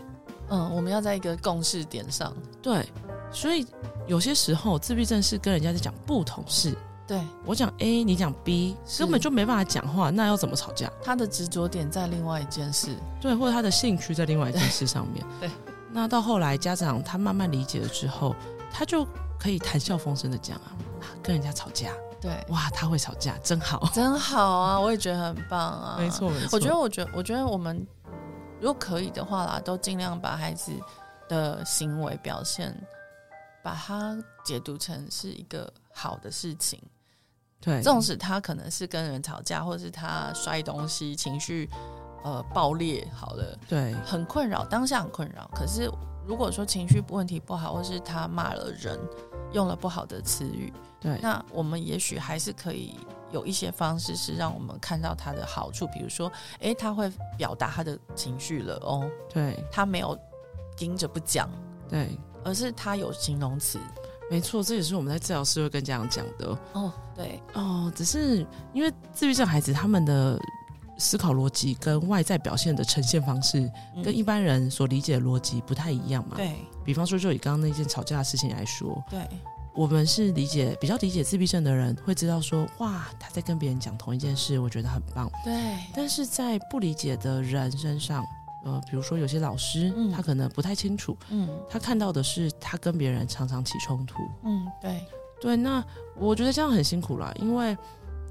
嗯，我们要在一个共识点上，
对，所以有些时候自闭症是跟人家在讲不同事，
对，
我讲 A，你讲 B，
是
根本就没办法讲话，那要怎么吵架？
他的执着点在另外一件事，
对，或者他的兴趣在另外一件事上面。
对，
那到后来家长他慢慢理解了之后，他就可以谈笑风生的讲啊，啊跟人家吵架，
对，
哇，他会吵架，真好。
真好啊，我也觉得很棒啊，
没错，没错。
我觉得，我觉得，我觉得我们如果可以的话啦，都尽量把孩子的行为表现，把它解读成是一个好的事情。
对，
纵使他可能是跟人吵架，或是他摔东西，情绪呃爆裂，好了，
对
很困扰，当下很困扰。可是如果说情绪问题不好，或是他骂了人，用了不好的词语，
对
那我们也许还是可以有一些方式是让我们看到他的好处，比如说，诶，他会表达他的情绪了哦，
对
他没有盯着不讲，
对，
而是他有形容词。
没错，这也是我们在治疗室会跟家长讲的
哦，对，
哦。只是因为自闭症孩子他们的思考逻辑跟外在表现的呈现方式，
嗯
跟一般人所理解的逻辑不太一样嘛。，
对
比方说，就以刚刚那件吵架的事情来说，
对
我们是理解比较理解自闭症的人会知道说，哇，他在跟别人讲同一件事，我觉得很棒。
对，
但是在不理解的人身上，呃，比如说有些老师，
嗯
他可能不太清楚，
嗯
他看到的是他跟别人常常起冲突。
嗯，对
对，那我觉得这样很辛苦啦，因为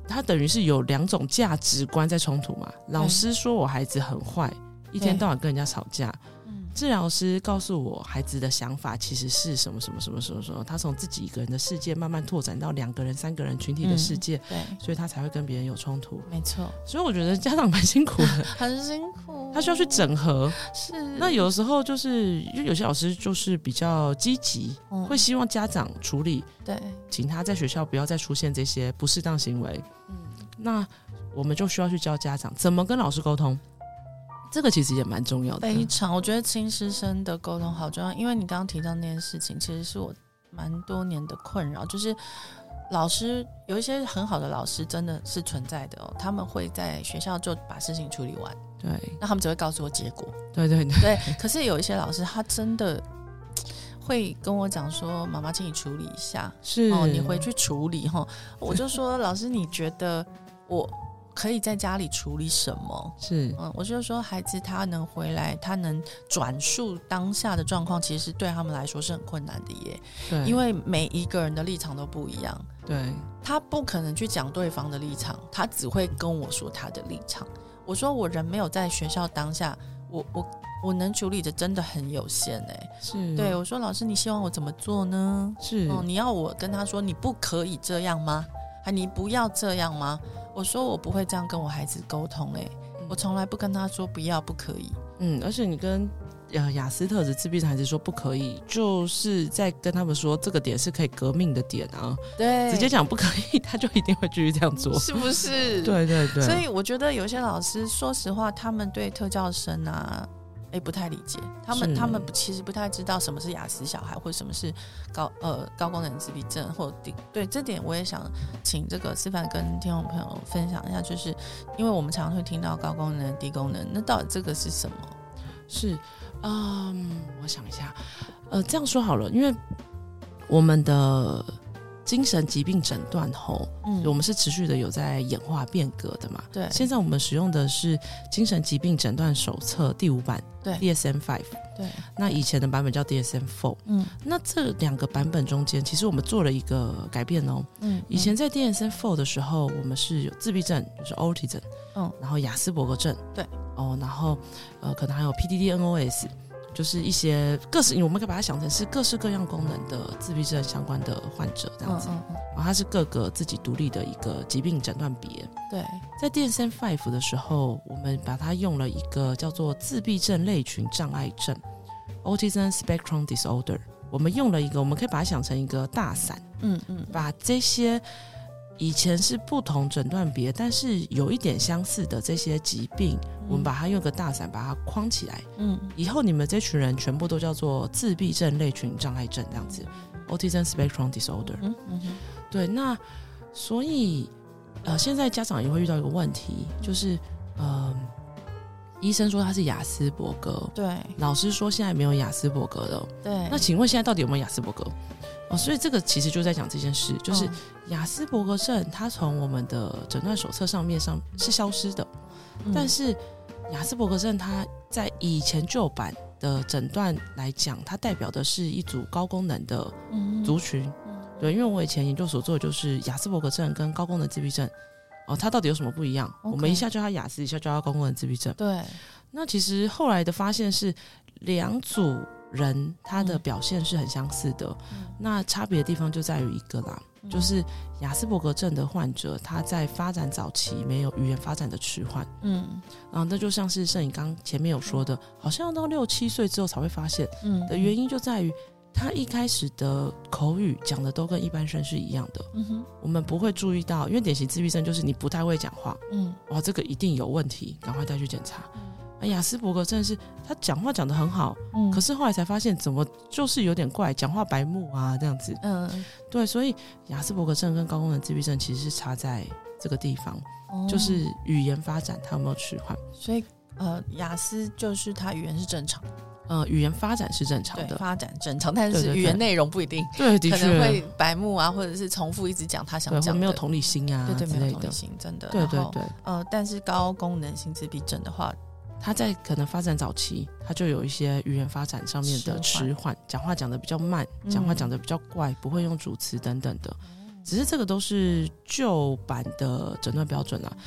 他等于是有两种价值观在冲突嘛。老师说我孩子很坏，一天到晚跟人家吵架；
嗯
治疗师告诉我孩子的想法其实是什么什么什么什么什么，他从自己一个人的世界慢慢拓展到两个人、三个人群体的世界，
对，
所以他才会跟别人有冲突。
没错，
所以我觉得家长蛮辛苦的，
很辛苦，
他需要去整合。
是
[LAUGHS] 那有时候就是，因为有些老师就是比较积极，
嗯
会希望家长处理
对，
请他在学校不要再出现这些不适当行为。
嗯
那我们就需要去教家长怎么跟老师沟通，这个其实也蛮重要的。
非常，我觉得亲师生的沟通好重要，因为你刚刚提到那件事情，其实是我蛮多年的困扰，就是老师有一些很好的老师真的是存在的哦，他们会在学校就把事情处理完，
对
那他们只会告诉我结果，
对对对，
对，可是有一些老师他真的会跟我讲说：“妈妈，请你处理一下
是
哦，你回去处理哈。吼”我就说：“老师，你觉得我可以在家里处理什么？”
是
嗯，我就说孩子他能回来，他能转述当下的状况，其实对他们来说是很困难的耶，
对，
因为每一个人的立场都不一样，
对
他不可能去讲对方的立场，他只会跟我说他的立场。我说我人没有在学校当下，我我我能处理的真的很有限哎、
是，
对我说老师，你希望我怎么做呢？
是
哦，你要我跟他说你不可以这样吗？还你不要这样吗？我说我不会这样跟我孩子沟通哎、我从来不跟他说不要不可以。
嗯，而且你跟。呃，雅斯特的自闭症孩子说不可以，就是在跟他们说这个点是可以革命的点啊，
对
直接讲不可以，他就一定会继续这样做。
是不 [LAUGHS] 是？。
对对对，
所以我觉得有些老师，说实话，他们对特教生啊，哎、不太理解。他们
是
他们其实不太知道什么是雅思小孩，或什么是高呃高功能自闭症，或低对这点，我也想请这个思凡跟听众朋友分享一下，就是因为我们常常会听到高功能、低功能，那到底这个是什么？
是，嗯，我想一下，呃，这样说好了，因为我们的精神疾病诊断后，
嗯
我们是持续的有在演化变革的嘛。
对
现在我们使用的是《精神疾病诊断手册》第五版，
对
DSM Five。
对，
那以前的版本叫 DSM Four。
嗯
那这两个版本中间，其实我们做了一个改变哦。
嗯，
以前在 DSM Four 的时候，我们是有自闭症，就是 autism，
嗯，
然后雅斯伯格症，
对，
哦，然后呃，可能还有 PDD、NOS，就是一些各式，我们可以把它想成是各式各样功能的自闭症相关的患者这
嗯
样
嗯
子，
嗯嗯，
然后它是各个自己独立的一个疾病诊断别。
对，
在 DSM Five 的时候，我们把它用了一个叫做自闭症类群障碍症 （Autism Spectrum Disorder），我们用了一个，我们可以把它想成一个大伞。
嗯嗯
把这些以前是不同诊断别，但是有一点相似的这些疾病，我们把它用个大伞把它框起来，
嗯
以后你们这群人全部都叫做自闭症类群障碍症这样子，Autism Spectrum Disorder。
嗯嗯嗯，
对，那所以呃，现在家长也会遇到一个问题，就是嗯、呃医生说他是雅斯伯格，
对
老师说现在没有雅斯伯格了，
对，
那请问现在到底有没有雅斯伯格？哦，所以这个其实就在讲这件事，就是
嗯
雅斯伯格症，它从我们的诊断手册上面上是消失的，
嗯
但是雅斯伯格症它在以前旧版的诊断来讲，它代表的是一组高功能的
嗯
族群。对，因为我以前研究所做的就是雅斯伯格症跟高功能自闭症，哦，它到底有什么不一样
OK
我们一下叫它雅斯，一下叫它高功能自闭症。
对
那其实后来的发现是，两组人他的表现是很相似的，那差别的地方就在于一个啦，就是雅斯伯格症的患者他在发展早期没有语言发展的迟缓，
嗯
啊，那就像是摄影刚前面有说的，好像要到六七岁之后才会发现
嗯
的原因，就在于他一开始的口语讲的都跟一般生是一样的，
嗯哼
我们不会注意到，因为典型自闭症就是你不太会讲话，
嗯
哇，这个一定有问题，赶快带去检查。哎雅斯伯格真的是他讲话讲得很好，
嗯
可是后来才发现怎么就是有点怪，讲话白目啊这样子。
嗯，
对，所以雅斯伯格症跟高功能自闭症其实是差在这个地方，
哦
就是语言发展它有没有迟缓。
所以呃，雅思就是他语言是正常的，
呃，语言发展是正常的，
发展正常，但
对对
是
对
语言内容不一定，
对，的
可能会
确，
白目啊，或者是重复一直讲他想
对，
讲
或
的，
没有同理心啊
对对
之
没
类
有同
的
理，心，真的，
对对
然后
对。
呃，但是高功能性自闭症的话，
他在可能发展早期，他就有一些语言发展上面的
迟
迟缓，讲话讲的比较慢，讲话
嗯
讲的比较怪，不会用主词等等的。只是这个都是旧版的诊断标准啦。啊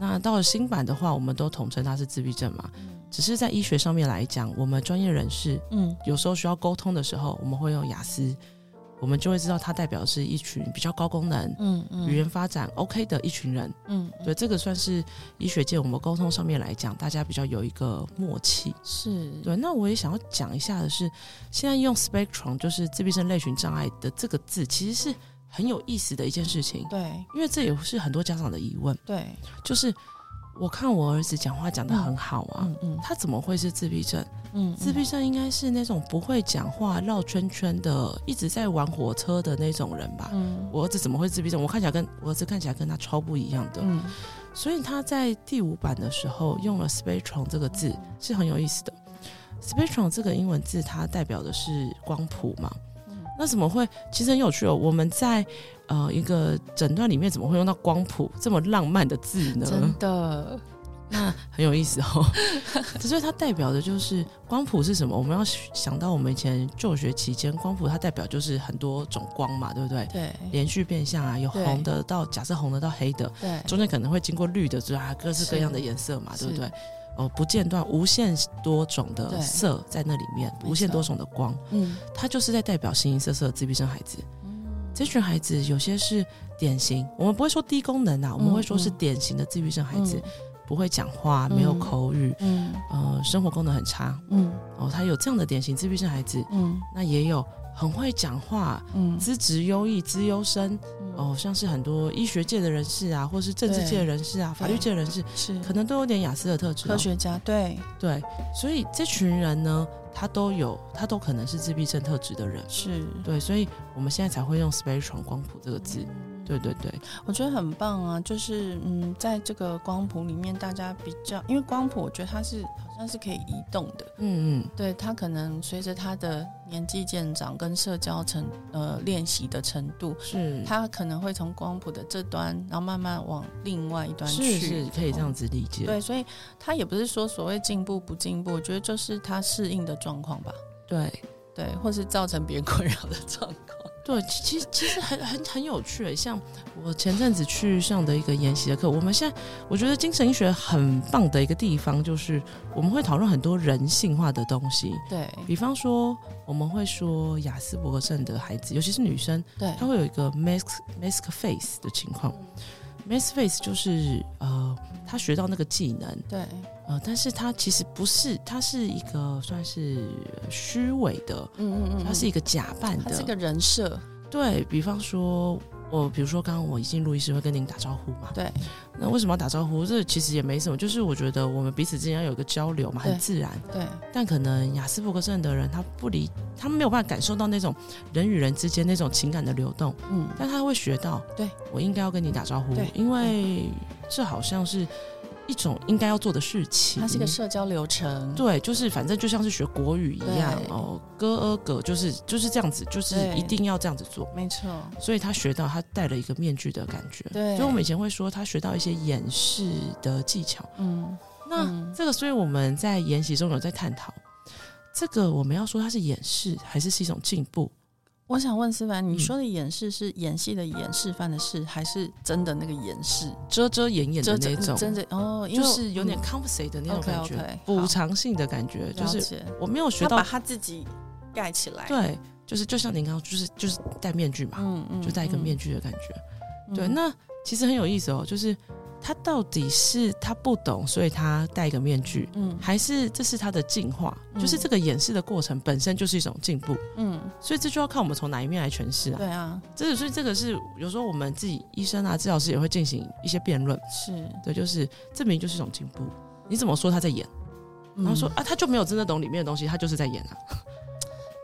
那到了新版的话，我们都统称它是自闭症嘛。只是在医学上面来讲，我们专业人士
嗯
有时候需要沟通的时候，我们会用雅思，我们就会知道它代表是一群比较高功能、
嗯嗯，
语言发展 OK 的一群人。
嗯
对，这个算是医学界我们沟通上面来讲，大家比较有一个默契。
是，
对，那我也想要讲一下的是，现在用 spectrum 就是自闭症类群障碍的这个字，其实是很有意思的一件事情，
对
因为这也是很多家长的疑问，
对，
就是我看我儿子讲话讲得很好啊。
嗯嗯
他怎么会是自闭症？
嗯，
自闭症应该是那种不会讲话、绕圈圈的，一直在玩火车的那种人吧。
嗯，
我儿子怎么会自闭症？我看起来跟我儿子看起来跟他超不一样的。
嗯
所以他在第五版的时候用了 spectrum 这个字是很有意思的。spectrum 这个英文字它代表的是光谱嘛？那怎么会？其实很有趣哦。我们在呃一个诊断里面怎么会用到光谱这么浪漫的字呢
真？的，
那很有意思哦。 [LAUGHS] 所以它代表的就是光谱是什么？我们要想到我们以前就学期间，光谱它代表就是很多种光嘛，对不对？
对
连续变相啊，有
对
红的到假设红的到黑的，
对，
中间可能会经过绿的，就是啊各式各样的颜色嘛，
是
对不对？哦，不间断、无限多种的
对
色在那里面，
错
无限多种的光，
嗯
它就是在代表形形色色的自闭症孩子。这群孩子有些是典型，我们不会说低功能啊，我们会说是典型的自闭症孩子，不会讲话，
嗯
没有口语，
嗯
呃，生活功能很差。
嗯
哦，他有这样的典型自闭症孩子，
嗯
那也有很会讲话、
嗯
资质优异、资优生，哦，像是很多医学界的人士啊，或是政治界的人士啊，
对
法律界的人士，
是
可能都有点雅思的特质、哦。
科学家，对
对，所以这群人呢，他都有，他都可能是自闭症特质的人。
是，
对，所以我们现在才会用 spectrum 光谱这个字。对对对，
我觉得很棒啊，就是嗯，在这个光谱里面，大家比较，因为光谱我觉得它是好像是可以移动的，
嗯嗯，
对他可能随着他的年纪渐长跟社交程呃练习的程度，
是，
他可能会从光谱的这端，然后慢慢往另外一端去。哦
是是可以这样子理解。
对，所以他也不是说所谓进步不进步，我觉得就是他适应的状况吧，
对
对，或是造成别人困扰的状
[LAUGHS]
况。
对，其其实其实很很很有趣耶。像我前阵子去上的一个研习的课，我们现在我觉得精神医学很棒的一个地方，就是我们会讨论很多人性化的东西。
对
比方说，我们会说雅斯伯格症的孩子，尤其是女生，
对，
她会有一个 mask mask face 的情况。mask face 就是呃，她学到那个技能，
对
呃，但是她其实不是，她是一个算是呃虚伪的，
嗯嗯嗯，
她是一个假扮
他是
的。
个人设，
对比方说，我比如说刚刚我一进录音室会跟您打招呼嘛，
对
那为什么要打招呼？这其实也没什么，就是我觉得我们彼此之间要有一个交流嘛，很
对
自然。
对
但可能雅斯伯格症的人，他不理，他没有办法感受到那种人与人之间那种情感的流动，
嗯
但他会学到，
对
我应该要跟你打招呼
对，
因为这好像是一种应该要做的事情。
它是一个社交流程，
对，就是反正就像是学国语一样
对
哦，哥呃哥，就是就是这样子，就是
对
一定要这样子做。
没错，
所以他学到，他戴了一个面具的感觉。
对
所以我们以前会说他学到一些掩饰的技巧。
嗯
那、
嗯
这个，所以我们在研习中有在探讨，这个我们要说它是演示，还是是一种进步？
我想问思凡，你
嗯
说的演示是演戏的演示范的示，还是真的那个演示？
遮遮掩掩的那种，
真的哦，因
就
为嗯
是有点 compensate 的那种感觉，
OK，OK，
补
好
偿性的感觉，
嗯
就
了
是
解，
我没有学
他把
到，
他自己盖起来，，
对，就是就像您刚刚，就是就是戴面具嘛，
嗯嗯
就戴一个面
具，
具的感觉。
嗯
对，那其实很有意思哦，就是他到底是他不懂，所以他戴一个面具。
嗯
还是这是他的进化，
嗯
就是这个演示的过程本身就是一种进步，
嗯，
所以这就要看我们从哪一面来诠释啊。
对啊，
这所以这个是有时候我们自己医生啊、治疗师也会进行一些辩论，
是
对，就是证明就是一种进步。你怎么说他在演？
嗯
然后说啊，他就没有真的懂里面的东西，他就是在演啊。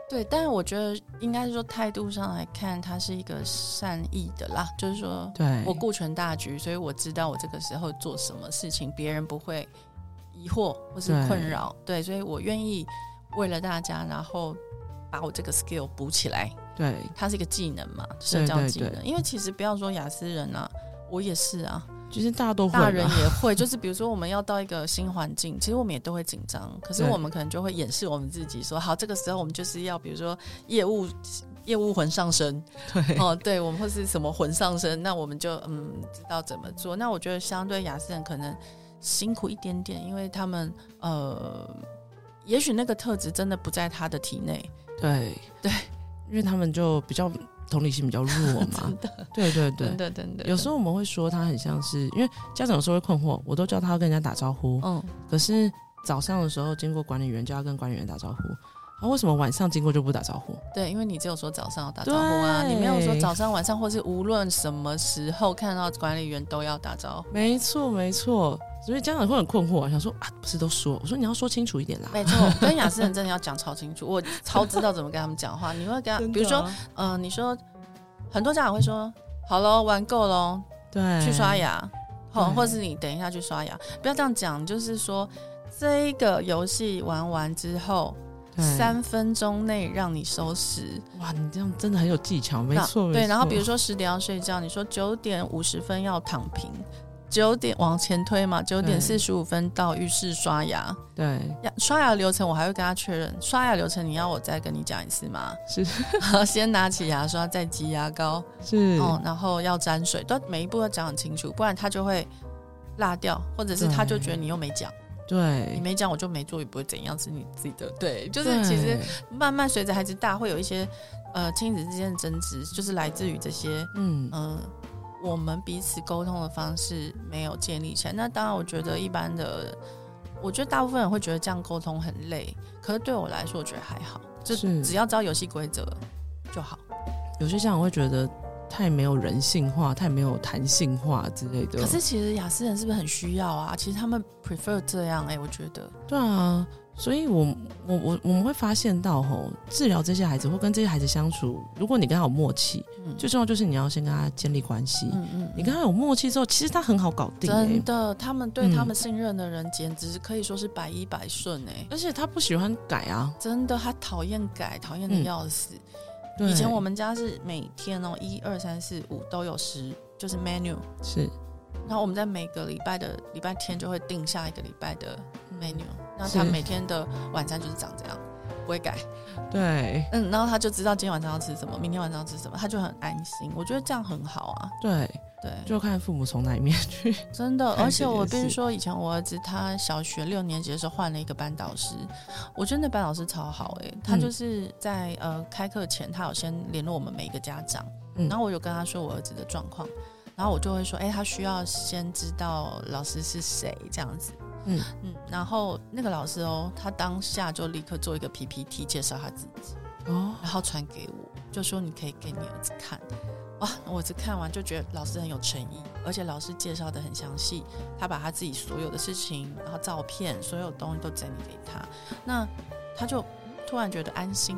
对，但是我觉得应该是说态度上来看，他是一个善意的啦，就是说
对，
我顾全大局，所以我知道我这个时候做什么事情，别人不会疑惑或是
对
困扰，对，所以我愿意为了大家，然后把我这个 skill 补起来，
对
它是一个技能嘛，社交
对
技能。
对
因为其实不要说雅思人啊，我也是啊，
其实大家都会
大人
吧 [LAUGHS]
也会，就是比如说我们要到一个新环境，其实我们也都会紧张，可是
对
我们可能就会掩饰我们自己说好，这个时候我们就是要比如说业务业务魂上身，
[LAUGHS] 对
哦，对，我们或是什么魂上身，那我们就嗯知道怎么做。那我觉得相对雅思人可能辛苦一点点，因为他们呃，也许那个特质真的不在他的体内，
对
对，
因为他们就比较同理心比较弱嘛
[LAUGHS] 真。的，
对对对
真，的，真的，
有时
候
候我们会说他很像是，因为家长有时候会困惑，我都叫他要跟人家打招呼，
嗯，
可是早上的时候经过管理员就要跟管理员打招呼，啊，为什么晚上经过就不打招呼？
对，因为你只有说早上要打招呼啊，你没有说
对
早上、晚上，或是无论什么时候看到管理员都要打招呼。
没错没错，所以家长会很困惑，想说啊，不是都说，我说你要说清楚一点啦。
没错，跟雅思人真的要讲超清楚，我超知道怎么跟他们讲话。你会跟他，
真的哦
比如说，，嗯、你说很多家长会说，好喽，玩够喽，
对，
去刷，牙，好，
对
或是你等一下去刷牙，不要这样讲，就是说这一个游戏玩完之后，三分钟内让你收拾，
哇，你这样真的很有技巧，没
那
错，
对，
没
然后比如
错
说十点要睡觉，你说九点五十分要躺平。九点往前推嘛，九点四十五分到浴室刷牙。
对
呀刷牙流程我还会跟他确认，刷牙流程你要我再跟你讲一次吗？ [LAUGHS]
是
先拿起牙刷，再挤牙膏，
是，
哦，然后要沾水，都每一步要讲很清楚，不然他就会落掉，或者是
对
他就觉得你又没讲，你
对，
没讲我就没做，也不会怎样，是你自己的。对，就
就是
其实慢慢随着孩子大，会有一些呃亲子之间的争执，就是来自于这些
嗯
嗯、呃我们彼此沟通的方式没有建立起来。那当然，我觉得一般的，我觉得大部分人会觉得这样沟通很累，可是对我来说，我觉得还好，就是只要知道游戏规则就好。
有些家长会觉得太没有人性化，太没有弹性化之类的。
可是其实雅思人是不是很需要啊？其实他们 prefer 这样哎、我觉得
对啊，所以我我我我们会发现到吼，治疗这些孩子或跟这些孩子相处，如果你跟他有默契，
嗯
最重要就是你要先跟他建立关系。
嗯嗯，
你跟他有默契之后，其实他很好搞定、欸
真。的，他们对
嗯
他们信任的人简直是可以说是百依百顺哎、
而且他不喜欢改啊，
真的，他讨厌改，讨厌的
嗯
要死。
对
以前我们家是每天哦，一二三四五都有十，就是 menu。
是
然后我们在每个礼拜的礼拜天就会定下一个礼拜的 menu。那
是
他每天的晚餐就是长这样，不会改。
对
嗯，然后他就知道今天晚上要吃什么，明天晚上要吃什么，他就很安心。我觉得这样很好啊。
对，
对，
就看父母从哪一面
[LAUGHS]
去。
真的，而
看这
且
件
我必须
事
说，以前我儿子他小学六年级的时候换了一个班导师，我觉得那班导师超好诶、他
嗯
就是在、呃开课前，他有先联络我们每一个家长，
嗯
然后我有跟他说我儿子的状况，然后我就会说，哎、他需要先知道老师是谁这样子，
嗯
嗯，然后那个老师哦，他当下就立刻做一个 PPT 介绍他自己，
哦，
然后传给我，就说你可以给你儿子看。哇，我儿子看完就觉得老师很有诚意，而且老师介绍的很详细，他把他自己所有的事情，然后照片，所有东西都整理给他，那他就突然觉得安心，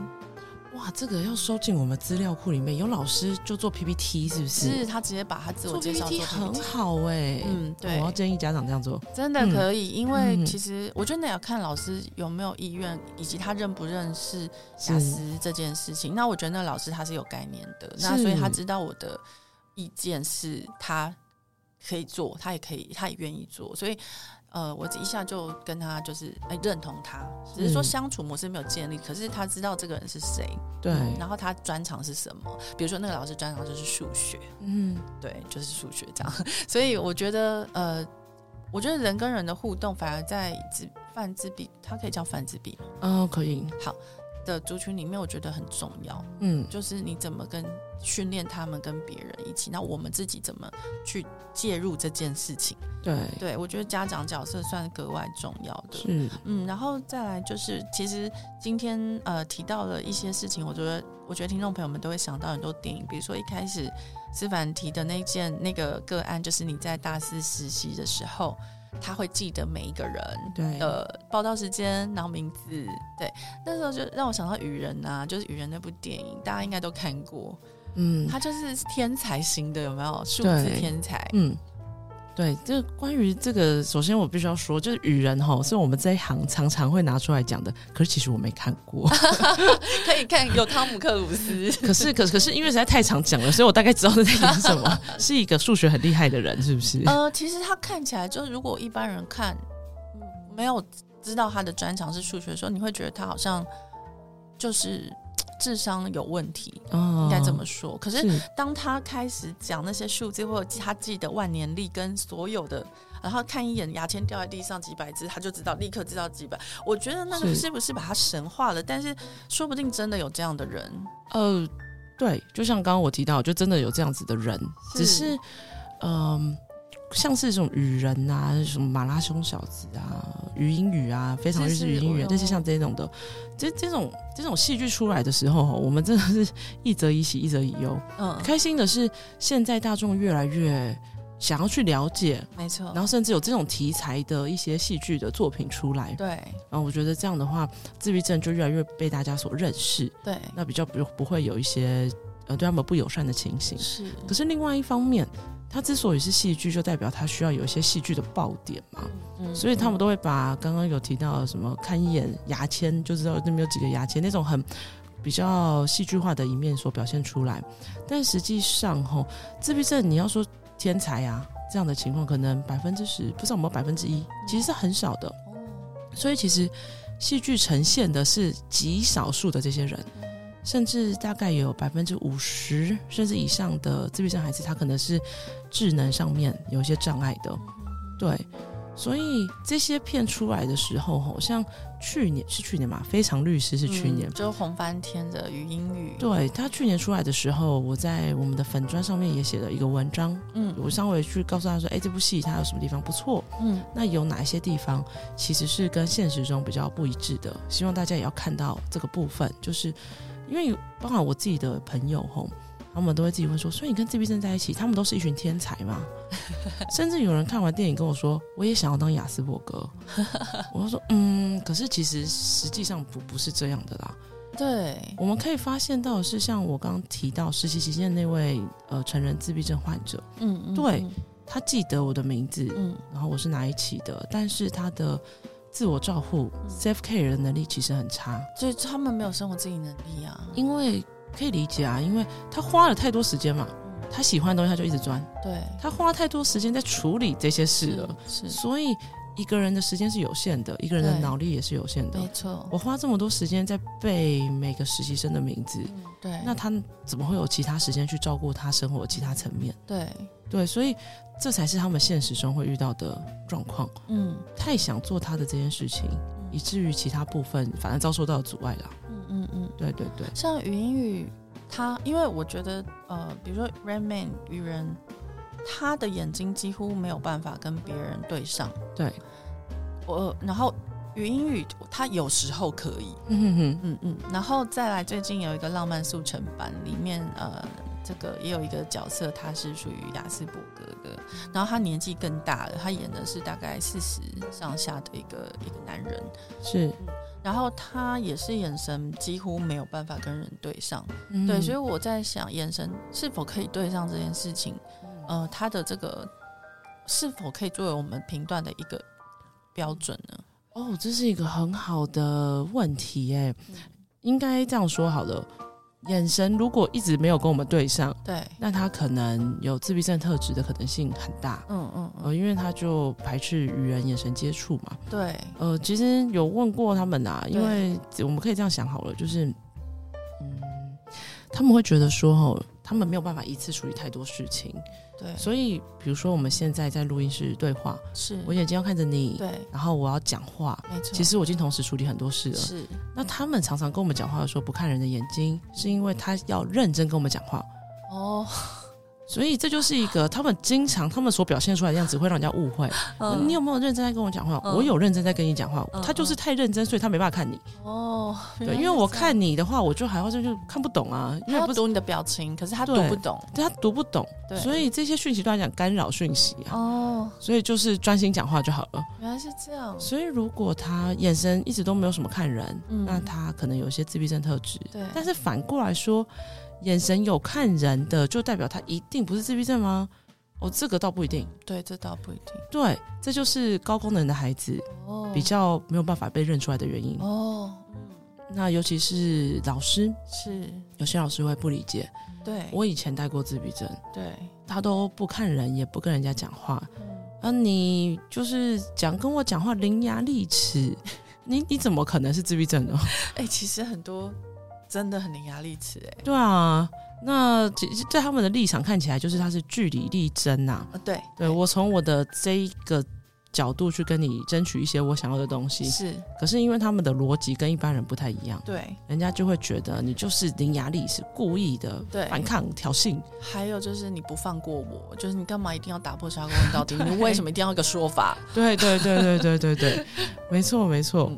哇，这个要收进我们资料库里面，有老师就做 PPT 是不
是他直接把他自我
做
介绍
PPT
做
很
PPT
好哎、
嗯，对
我，要建议家长这样做。
真的
嗯
可以，因为
嗯
其实我觉得那要看老师有没有意愿，以及他认不认识
是
雅思这件事情。那我觉得那老师他是有概念的，那
是
所以他知道我的意见是他可以做，他也可以，他也愿意做，所以。呃，我一下就跟他就是哎、认同他，只是说
是
相处模式没有建立，可是他知道这个人是谁，
对，
然后他专长是什么，比如说那个老师专长就是数学，
嗯，
对，就是数学这样。 [LAUGHS] 所以我觉得，呃，我觉得人跟人的互动，反而在自泛自闭，它可以叫泛自闭吗
哦，可以，
的族群里面，我觉得很重要，
嗯，
就是你怎么跟训练他们跟别人一起，那我们自己怎么去介入这件事情？
对，
对我觉得家长角色算格外重要的。
是，
嗯，然后再来就是，其实今天呃提到了一些事情，我觉得我觉得听众朋友们都会想到很多电影，比如说一开始思凡提的那件那个个案，就是你在大四实习的时候，他会记得每一个人
对
的呃报道时间，然后名字。对，那时候就让我想到《雨人》啊，就是《雨人》那部电影，大家应该都看过。
嗯
他就是天才型的，有没有？数字
对
天才。
嗯，对，就关于这个，首先我必须要说，就是雨人哈，是我们这一行常常会拿出来讲的，可是其实我没看
[LAUGHS]
过，
可以看有汤姆克鲁斯，
[LAUGHS] 可是可是可是因为实在太常讲了，所以我大概知道在讲
[LAUGHS]
什么，是一个数学很厉害的人，是不是？
呃，其实他看起来就是，如果一般人看，嗯没有知道他的专长是数学的时候，你会觉得他好像就是嘖智商有问题，
哦
应该这么说。可是
是
当他开始讲那些数字，或者他记得万年历跟所有的，然后看一眼牙签掉在地上几百只，他就知道立刻知道几百。我觉得那个
是
是不是把他神化了？但是说不定真的有这样的人，
呃，对，就像刚刚我提到，就真的有这样子的人，
是
只是嗯、像是这种雨人啊，什么马拉松小子啊，语音语啊，非常日
是
式语音语
我
那些像这种的，这这种这种戏剧出来的时候，我们真的是一则以喜，一则以忧。
嗯，
开心的是，现在大众越来越想要去了解，
没错
然，后甚至有这种题材的一些戏剧的作品出来，
对
然后我觉得这样的话，自闭症就越来越被大家所认识。
对
那比较不不会有一些呃对他们不友善的情形。
是，
可是另外一方面，它之所以是戏剧，就代表它需要有一些戏剧的爆点嘛。
嗯
所以他们都会把刚刚有提到的什么看一眼牙签就知道那边有几个牙签那种很比较戏剧化的一面所表现出来。但实际上吼，自闭症你要说天才啊这样的情况，可能百分之十不知道有没有百分之一，其实是很少的。所以其实戏剧呈现的是极少数的这些人，甚至大概有百分之五十甚至以上的自闭症孩子，他可能是智能上面有一些障碍的。对，所以这些片出来的时候，好像去年是去年嘛，《非常律师》是去年。
嗯就是红翻天的语音语，，
对啊他去年出来的时候，我在我们的粉砖上面也写了一个文章，
嗯
我上回去告诉他说，哎，这部戏它有什么地方不错，
嗯，
那有哪一些地方其实是跟现实中比较不一致的？希望大家也要看到这个部分，就是因为包含我自己的朋友吼，他们都会自己问说，所以你跟自闭症在一起，他们都是一群天才嘛？甚至有人看完电影跟我说，我也想要当雅斯伯格。我就说，嗯，可是其实实际上不不是这样的啦。
对，
我们可以发现到的是，像我刚刚提到实习期间那位呃成人自闭症患者，
嗯嗯
对，他记得我的名字，
嗯
然后我是哪一期的，但是他的自我照护、self
嗯
care 的能力其实很差，
所以他们没有生活自理能力啊，
因为可以理解啊，因为他花了太多时间嘛，
嗯
他喜欢的东西他就一直钻，
对，嗯
他花太多时间在处理这些事了，
是是
所以一个人的时间是有限的，一个人的
对
脑力也是有限的
没。错，
我花这么多时间在背每个实习生的名字，
嗯对，
那他怎么会有其他时间去照顾他生活其他层面？
对，
对，所以这才是他们现实中会遇到的状况。
嗯
太想做他的这件事情，以至于其他部分反而遭受到阻碍了。
嗯嗯嗯，
对对对，
像语音语，他因为我觉得呃，比如说 Rain Man 愚人，他的眼睛几乎没有办法跟别人对上，
对，
我然后语音语他有时候可以，
嗯哼哼，
嗯嗯，然后再来，最近有一个浪漫速成版，里面呃，这个也有一个角色，他是属于雅斯伯格的，然后他年纪更大了，他演的是大概四十上下的一个一个男人，
是，
然后他也是眼神几乎没有办法跟人对上，
嗯
对，所以我在想，眼神是否可以对上这件事情，
嗯
呃，他的这个是否可以作为我们评断的一个标准呢？
哦，这是一个很好的问题耶，应该这样说好了。眼神如果一直没有跟我们对上，
对，
那他可能有自闭症特质的可能性很大，
嗯嗯嗯，
呃，因为他就排斥与人眼神接触嘛。
对，
呃，其实有问过他们啊，因
对
为我们可以这样想好了，就是，嗯，他们会觉得说，哦，他们没有办法一次处理太多事情，
对，
所以，比如说我们现在在录音室对话，
是，
我眼睛要看着你，
对。
然后我要讲话，
没错，
其实我已经同时处理很多事了。
是
那他们常常跟我们讲话的时候不看人的眼睛，是因为他要认真跟我们讲话，
哦，
所以这就是一个他们经常他们所表现出来的样子会让人家误会。
嗯
你有没有认真在跟我讲话？
嗯
我有认真在跟你讲话，
嗯
他就是太认真，所以他没办法看你。
哦，原来
对，因
是
为我
这样
看你的话，我就还要就就看不懂啊，因
他
为
要
不是
读你的表情，可是他读
对
不懂
他读不懂
对，
所以这些讯息对他来讲干扰讯息啊。
哦，
所以就是专心讲话就好了。
原来是这样，
所以如果他眼神一直都没有什么看人，
嗯
那他可能有一些自闭症特质。
对
但是反过来说，眼神有看人的，就代表他一定不是自闭症吗？哦，这个倒不一定。
对，这倒不一定
对，这就是高功能的孩子
哦，
比较没有办法被认出来的原因。
哦，
那尤其是老师，
是
有些老师会不理解。
对，
我以前带过自闭症，
对，
他都不看人，也不跟人家讲话。啊，你就是讲跟我讲话伶牙俐齿， [LAUGHS] 你你怎么可能是自闭症呢？ [LAUGHS]
哎，其实很多真的很伶牙俐齿，哎，
对啊，那其实在他们的立场看起来，就是他是据理力争呐、
呃对
对我从我的这一个角度去跟你争取一些我想要的东西，
是，
可是因为他们的逻辑跟一般人不太一样，
对，
人家就会觉得你就是伶牙俐齿，故意的
对
反抗挑衅。
还有就是你不放过我，就是你干嘛一定要打破砂锅问到底？你为什么一定要一个说法？
对对对对对对对，
[LAUGHS]
没错没错
嗯，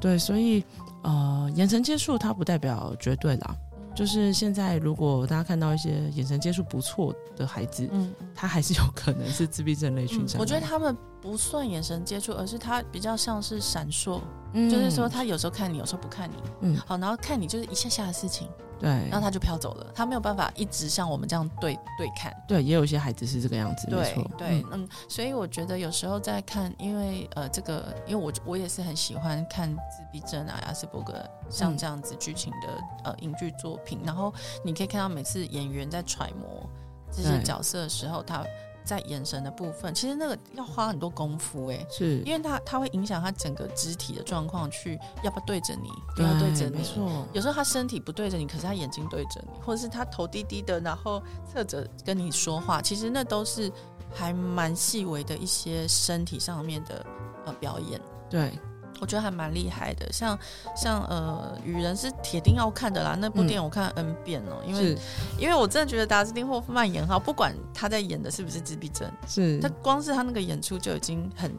对，所以呃，眼神接触它不代表绝对啦。
嗯
就是现在，如果大家看到一些眼神接触不错的孩子，
[LAUGHS] 嗯，
他还是有可能是自闭症类群
嗯
障碍。
我觉得他们不算眼神接触，而是他比较像是闪烁，
嗯
就是说，他有时候看你，有时候不看你，
嗯
好，然后看你就是一下下的事情，
对
然后他就飘走了，他没有办法一直像我们这样对对看。
对，也有一些孩子是这个样子，没
对
错，
对
嗯，
嗯，所以我觉得有时候在看，因为呃，这个因为我我也是很喜欢看自闭症啊、阿斯伯格像
嗯
这样子剧情的、呃影剧作品，然后你可以看到每次演员在揣摩这些
对
角色的时候，他在眼神的部分，其实那个要花很多功夫哎、
是，
因为他他会影响他整个肢体的状况，去要不要对着你，
对
要不要对着
没
你，
错，
有时候他身体不对着你，可是他眼睛对着你，或者是他头低低的，然后侧着跟你说话，其实那都是还蛮细微的一些身体上面的呃表演，
对，
我觉得还蛮厉害的。像像呃，雨人是铁定要看的啦，那部电影我看 N 遍哦、因为
是
因为我真的觉得达斯汀霍夫曼演好，不管他在演的是不是自闭症，
是
他，光是他那个演出就已经很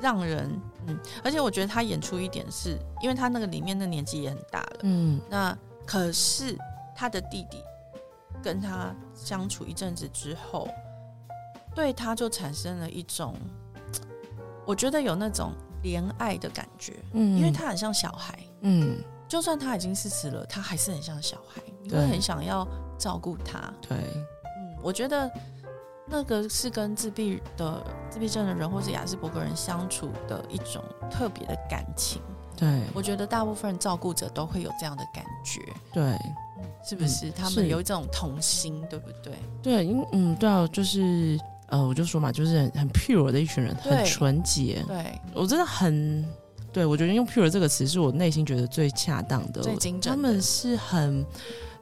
让人嗯，而且我觉得他演出一点是，因为他那个里面的年纪也很大了。
嗯，
那可是他的弟弟跟他相处一阵子之后，对他就产生了一种，我觉得有那种怜爱的感觉，
嗯，
因为，他很像小孩，
嗯，
就算他已经四十了，他还是很像小孩，你会
对
很想要照顾他。
对，
嗯，我觉得那个是跟自闭的自闭症的人或是雅斯伯格人相处的一种特别的感情。
对，
我觉得大部分照顾者都会有这样的感觉。
对，
是不是？
嗯
他们
是
有这种童心，对不对？
对，因嗯，对啊，就是呃，我就说嘛，就是很很 pure 的一群人，
对
很纯洁。
对，
我真的很，对我觉得用 pure 这个词是我内心觉得最恰当的，
最精准的
他们是很，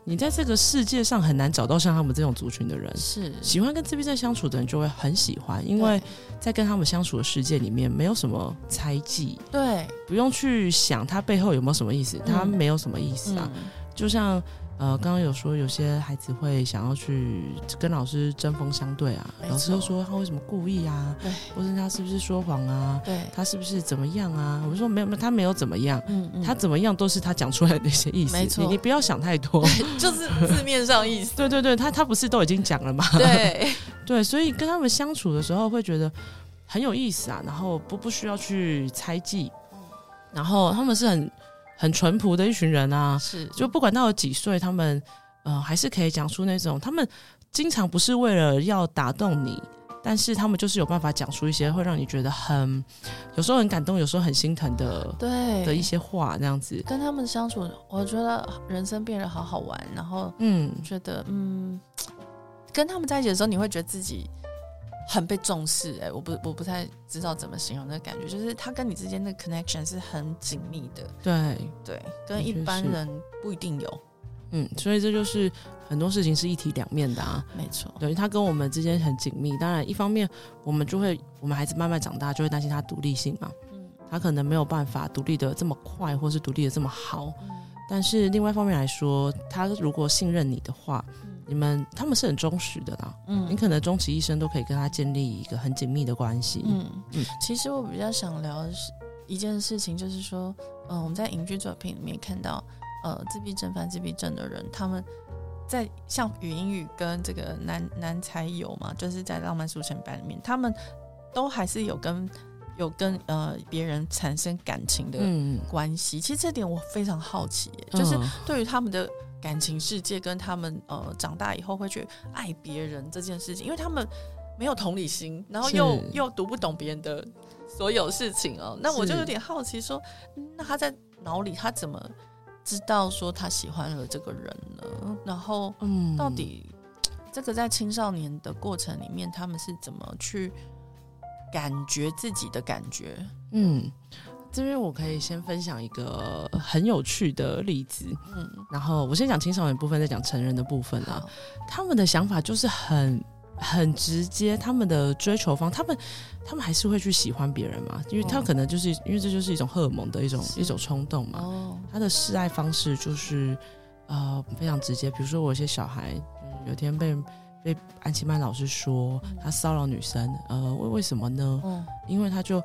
你在这个世界上很难找到像他们这种族群的人。
是，
喜欢跟自闭症相处的人就会很喜欢，因为在跟他们相处的世界里面，没有什么猜忌，
对，
不用去想他背后有没有什么意思，他没有什么意思啊。
嗯，
就像呃，刚刚有说有些孩子会想要去跟老师针锋相对啊，
没错
老师又说他为什么故意啊，
对
或者他是不是说谎啊，
对，
他是不是怎么样啊？我说没有，没有，他没有怎么样。
嗯嗯
他怎么样都是他讲出来的一些意思，
没错
你你不要想
[LAUGHS]
太多。
[LAUGHS] 就是字面上
[LAUGHS]
意思，
对对对，他他不是都已经讲了吗？ [LAUGHS]
对，
对，所以跟他们相处的时候会觉得很有意思啊，然后不不需要去猜忌，
嗯
然后他们是很很淳朴的一群人啊，
是，
就不管到了几岁，他们呃还是可以讲出那种他们经常不是为了要打动你。但是他们就是有办法讲出一些会让你觉得很，有时候很感动，有时候很心疼的的一
对，
些话，这样子。
跟他们相处，我觉得人生变得好好玩，然后
嗯，
觉得，嗯，跟他们在一起的时候，你会觉得自己。很被重视哎、我不我不太知道怎么形容那个感觉，就是他跟你之间的 connection 是很紧密的，
对，
对，跟
的
一
确
般
是
人不一定有，
嗯，所以这就是很多事情是一体两面的啊。
没错，
等于他跟我们之间很紧密。当然，一方面我们就会，我们孩子慢慢长大就会担心他独立性嘛，
嗯
他可能没有办法独立的这么快，或是独立的这么好。
嗯
但是另外一方面来说，他如果信任你的话，
嗯
你们他们是很忠实的啦，嗯，你可能终其一生都可以跟他建立一个很紧密的关系，
嗯，其实我比较想聊的是一件事情，就是说，嗯、我们在影剧作品里面看到，呃，自闭症、反自闭症的人，他们在像语音语跟这个男男才友嘛，就是在浪漫速成班里面，他们都还是有跟有跟呃别人产生感情的
嗯，
关系。其实这点我非常好奇耶、就是
嗯
对于他们的感情世界跟他们呃长大以后会去爱别人这件事情，因为他们没有同理心，然后
是
又又读不懂别人的所有事情哦。那我就是有点好奇说，嗯那他在脑里他怎么知道说他喜欢了这个人呢？然后
嗯
到底、这个在青少年的过程里面，他们是怎么去感觉自己的感觉？
嗯，这边我可以先分享一个很有趣的例子，
嗯，
然后我先讲青少年部分，再讲成人的部分啊
好。
他们的想法就是很很直接，他们的追求方，他们他们还是会去喜欢别人嘛，因为他
嗯
可能就是、因为这就是一种荷尔蒙的一种
是
一种冲动嘛。
哦，
他的示爱方式就是呃非常直接，比如说我有些小孩，嗯有一天被被安琪曼老师说他骚扰女生，呃为为什么呢？
嗯，
因为他就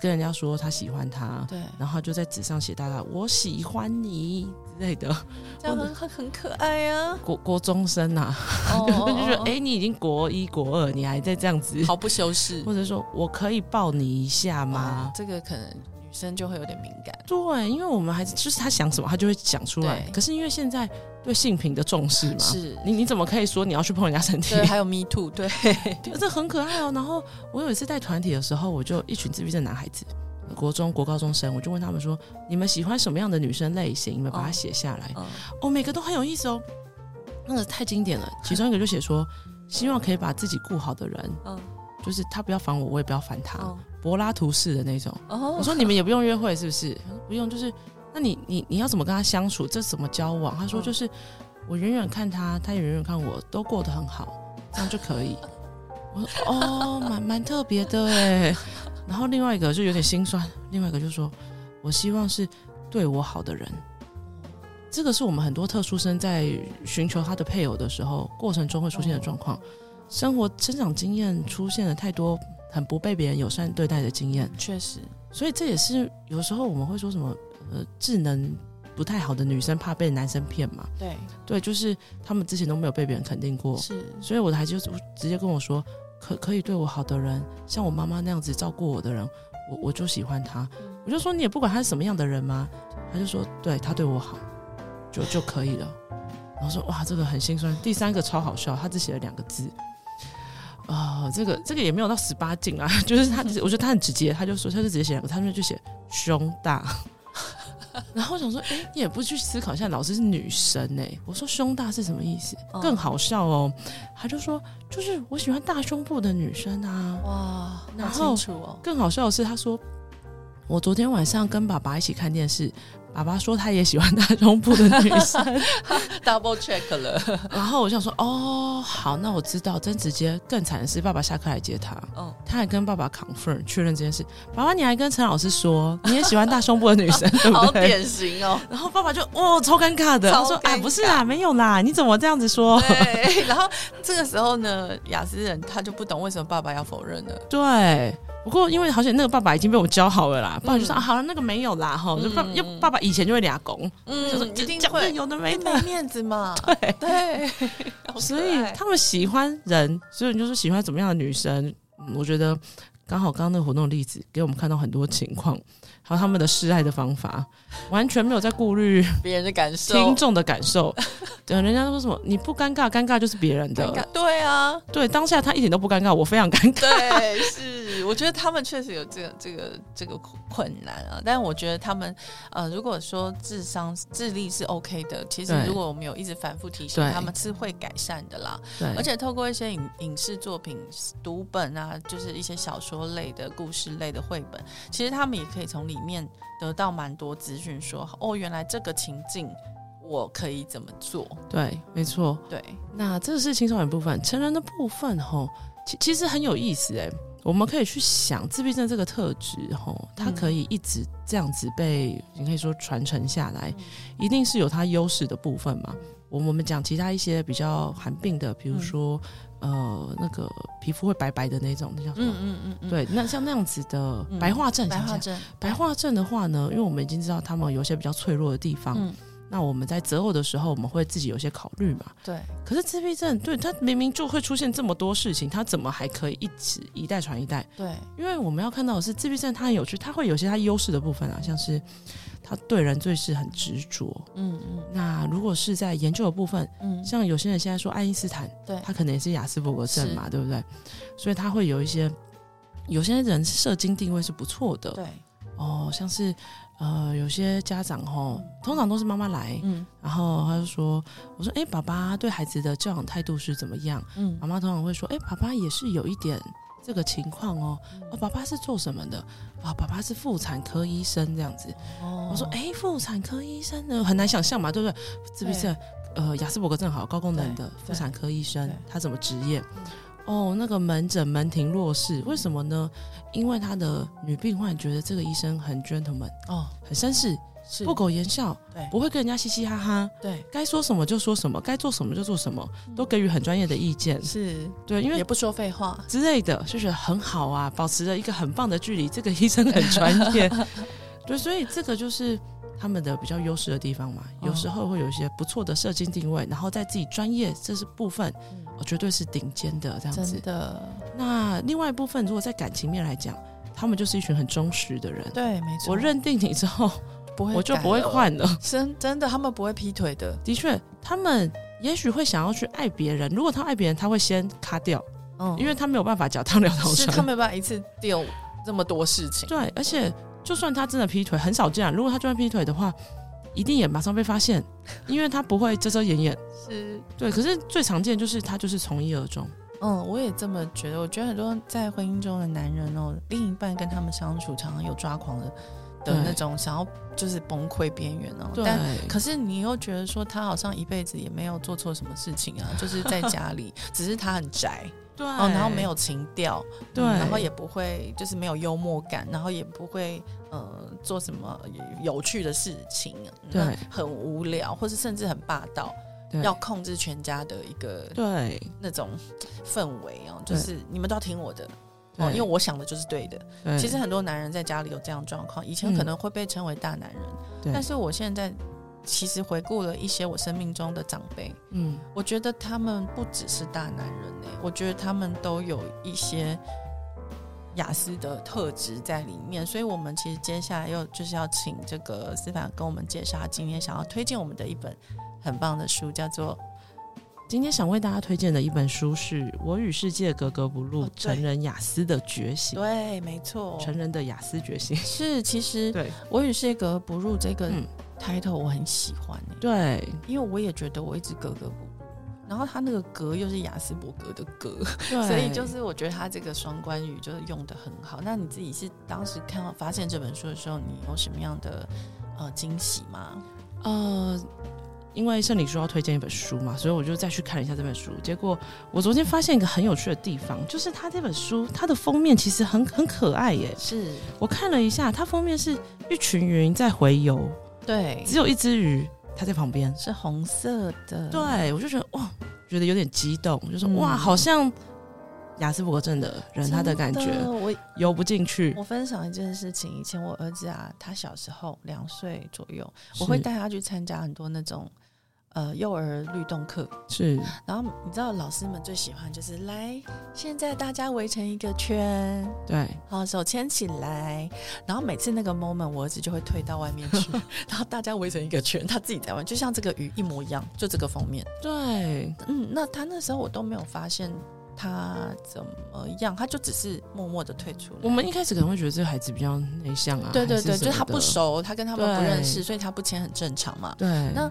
跟人家说他喜欢他，
对，
然后他就在纸上写大大“我喜欢你”之类的。
这样很很很可爱呀、
[LAUGHS]
啊。
国国中生呐、啊， [LAUGHS]
哦，
就觉得
哦
哎、诶你已经国一国二，你还在这样子，
[LAUGHS] 好不修饰
或者说我可以抱你一下吗
哦？这个可能女生就会有点敏感，
对，因为我们还是就是他想什么，他就会讲出来。
对
可是因为现在对性平的重视嘛，
是
你你怎么可以说你要去碰人家身
[LAUGHS]
体
对，？啊还有 me too，对，
对 [LAUGHS] 这很可爱哦。然后我有一次带团体的时候，我就一群自闭症男孩子，国中、国高中生，我就问他们说：“你们喜欢什么样的女生类型？你们把它
哦
写下来。
嗯，
哦，每个都很有意思哦。那个太经典了，其中一个就写说，希望可以把自己顾好的人，
嗯
就是他不要烦我，我也不要烦他，
嗯
柏拉图式的那种。
哦
我说你们也不用约会，是不是？他说不用，就是那你你你要怎么跟他相处，这怎么交往？他说
嗯
就是、我远远看他，他也远远看我，都过得很好，这样就可以。我
[LAUGHS]
说哦，蛮蛮特别的哎。然后另外一个就有点心酸，另外一个就说，我希望是对我好的人。这个是我们很多特殊生在寻求他的配偶的时候，过程中会出现的状况。生活成长经验出现了太多很不被别人友善对待的经验，
确实，
所以这也是有时候我们会说什么呃，智能不太好的女生怕被男生骗嘛？
对，
对，就是他们之前都没有被别人肯定过，
是
所以我的孩子就直接跟我说，可可以对我好的人，像我妈妈那样子照顾我的人，我我就喜欢他。我就说你也不管他是什么样的人吗？他就说对他对我好就就可以了。然后说哇，这个很心酸。第三个超好笑，他只写了两个字。啊、这个这个也没有到十八禁啊， [LAUGHS] 就是他，我觉得他很直接，他就说他就直接写两个，他们就写胸大。 [LAUGHS] 然后我想说，哎、你也不去思考一下，老师是女生哎、我说胸大是什么意思？
嗯
更好笑哦。他就说，就是我喜欢大胸部的女生啊。
哇，
然
好
后
清楚哦，
更好笑的是，他说我昨天晚上跟爸爸一起看电视，爸爸说他也喜欢大胸部的女生。
[LAUGHS] [LAUGHS] double check 了，
然后我想说，哦，好，那我知道。真直接更惨的是，爸爸下课来接他，
嗯，
他还跟爸爸 confirm 确认这件事。爸爸，你还跟陈老师说你也喜欢大胸部的女生，对
[LAUGHS] [LAUGHS]
不
好
对？
典型哦，
然后爸爸就哦，超尴尬的，他说
超尴尬
啊，不是啦，没有啦，你怎么这样子说？
[LAUGHS] 对， [LAUGHS] 然后这个时候呢，雅思人他就不懂为什么爸爸要否认了，
对，不过因为好像那个爸爸已经被我教好了啦，爸爸就说、
嗯
啊，好了，那个没有啦，哈，就爸，
嗯
要爸爸以前就会俩拱，就是
嗯，一定
讲
会
有的没
因为
的
没，面子嘛， [LAUGHS] 对对，好可
所以
爱
他们喜欢人，所以你就是喜欢怎么样的女生？嗯我觉得刚好刚刚那个活动的例子给我们看到很多情况，还有他们的示爱的方法，完全没有在顾虑 [LAUGHS]
别人的感受，
听众的感受。对，人家说什么你不尴尬，尴尬就是别人
尴尬
的。，
对啊，
对，当下他一点都不尴尬，我非常尴
[LAUGHS]
尬。
对，是，我觉得他们确实有这个这个这个困难啊。但我觉得他们，呃，如果说智商智力是 OK 的，其实
对
如果我们有一直反复提醒
对
他们，是会改善的啦。
对，
而且透过一些影影视作品、读本啊，就是一些小说类的、故事类的绘本，其实他们也可以从里面得到蛮多资讯说，哦，原来这个情境我可以怎么做？
对，没错。
对，
那这是青少年部分，成人的部分吼，其其实很有意思哎。我们可以去想自闭症这个特质，吼，它可以一直这样子被你可以说传承下来，
嗯
一定是有它优势的部分嘛。我我们讲其他一些比较寒病的，
嗯
比如说、呃那个皮肤会白白的那种，那叫什么？
嗯嗯嗯，
对，那像那样子的
嗯
白化症，
白
想起
化
来
症，
白化症的话呢，因为我们已经知道他们有一些比较脆弱的地方，
嗯，
那我们在择偶的时候，我们会自己有一些考虑嘛。
对，
可是自闭症，对他明明就会出现这么多事情，他怎么还可以一直一代传一代？
对，
因为我们要看到的是自闭症，它很有趣，它会有些它优势的部分啊，像是他对人最是很执着。
嗯嗯
那如果是在研究的部分，
嗯，
像有些人现在说爱因斯坦，
对
他可能也是雅斯伯格症嘛，对不对？所以他会有一些，有些人射精定位是不错的，
对，
哦，像是呃，有些家长吼，通常都是妈妈来，
嗯
然后他就说，我说，哎、爸爸对孩子的教养态度是怎么样？
嗯
妈妈通常会说，哎、爸爸也是有一点这个情况哦，
嗯
哦，爸爸是做什么的？啊，爸爸是妇产科医生这样子。
哦
我说，哎、妇产科医生呢，很难想象嘛，对不对？自闭症，呃，雅斯伯格症好，高功能的
对
妇产科医生
对，
他什么职业
嗯？
哦，那个门诊门庭若市，为什么呢？因为他的女病患觉得这个医生很 gentleman，
哦，
很绅士，
是
不苟言笑，
对
不会跟人家嘻嘻哈哈，
对
该说什么就说什么，该做什么就做什么，
嗯
都给予很专业的意见。
是，
对，因为
也不说废话，
之类的，就觉得很好啊，保持着一个很棒的距离。这个医生很专业， [LAUGHS] 对，所以这个就是他们的比较优势的地方嘛。
哦
有时候会有一些不错的射精定位，然后在自己专业这是部分，
嗯
呃绝对是顶尖的这样子
真。的，
那另外一部分，如果在感情面来讲，他们就是一群很忠实的人。
对，没错，
我认定你之
[LAUGHS]
后，
不会，
我就不会，换了。
真真的，他们不会劈腿的，
的确，他们也许会想要去爱别人。如果他爱别人，他会先卡掉，
嗯，
因为他没有办法脚踏两头
是
船。
他没办法一次 deal 这么多事情，
对，而且就算他真的劈腿，很少见啊。如果他就算劈腿的话，一定也马上被
[LAUGHS]
发现，因为他不会遮遮掩掩。
是，
对，可是最常见就是他就是从一而终。
嗯，我也这么觉得。我觉得很多在婚姻中的男人哦，另一半跟他们相处，常常有抓狂的的
对
那种，想要就是崩溃边缘哦。
对，
但可是你又觉得说他好像一辈子也没有做错什么事情啊，就是在家里，只是他很宅
对，
哦，然后没有情调，嗯
哎对
然后也不会就是没有幽默感，然后也不会呃做什么有趣的事情，
对
那很无聊，或是甚至很霸道，
对
要控制全家的一个
对
那种氛围哦，就是你们都要听我的。哦，
对，
因为我想的就是对的。
对
其实很多男人在家里有这样的状况，以前
嗯
可能会被称为大男人，
对
但是我现在其实回顾了一些我生命中的长辈，
嗯
我觉得他们不只是大男人诶、我觉得他们都有一些雅思的特质在里面。所以，我们其实接下来又就是要请这个思凡跟我们介绍他今天想要推荐我们的一本很棒的书，叫做
今天想为大家推荐的一本书是《我与世界格格不入：
哦对
成人雅思的觉
《
醒》，
对，没错，
成人的雅思觉醒。
是其实
对
我与世界格格不入这个
嗯
title 我很喜欢、欸，
对
因为我也觉得我一直格格不入。然后他那个格又是雅斯伯格的格，[LAUGHS]
对，
所以就是我觉得他这个双关语就是用的很好。那你自己是当时看到发现这本书的时候，你有什么样的呃惊喜吗？
呃，因为圣理说要推荐一本书嘛，所以我就再去看了一下这本书。结果我昨天发现一个很有趣的地方，就是它这本书它的封面其实很很可爱耶。
是
我看了一下，它封面是一群云在回游，
对，
只有一只鱼它在旁边。
是红色的，
对我就觉得哇，觉得有点激动，就说、
嗯
哇，好像雅斯伯格症的人
真
嗯他的感觉
我
游不进去。
我分享一件事情，以前我儿子啊，他小时候两岁左右，我会带他去参加很多那种呃幼儿律动课，
是
然后你知道老师们最喜欢就是来，现在大家围成一个圈，
对
好啊手牵起来，然后每次那个 moment 我儿子就会退到外面
[LAUGHS]
去，然后大家围成一个圈，他自己在玩，就像这个鱼一模一样，就这个封面。
对
嗯，那他那时候我都没有发现他怎么样，他就只是默默的退出来。
我们一开始可能会觉得这个孩子比较内向啊，
对对
还
对，
什
就是
么
他不
的。
熟，他跟他们不
对
认识，所以他不签很正常嘛。
对，
那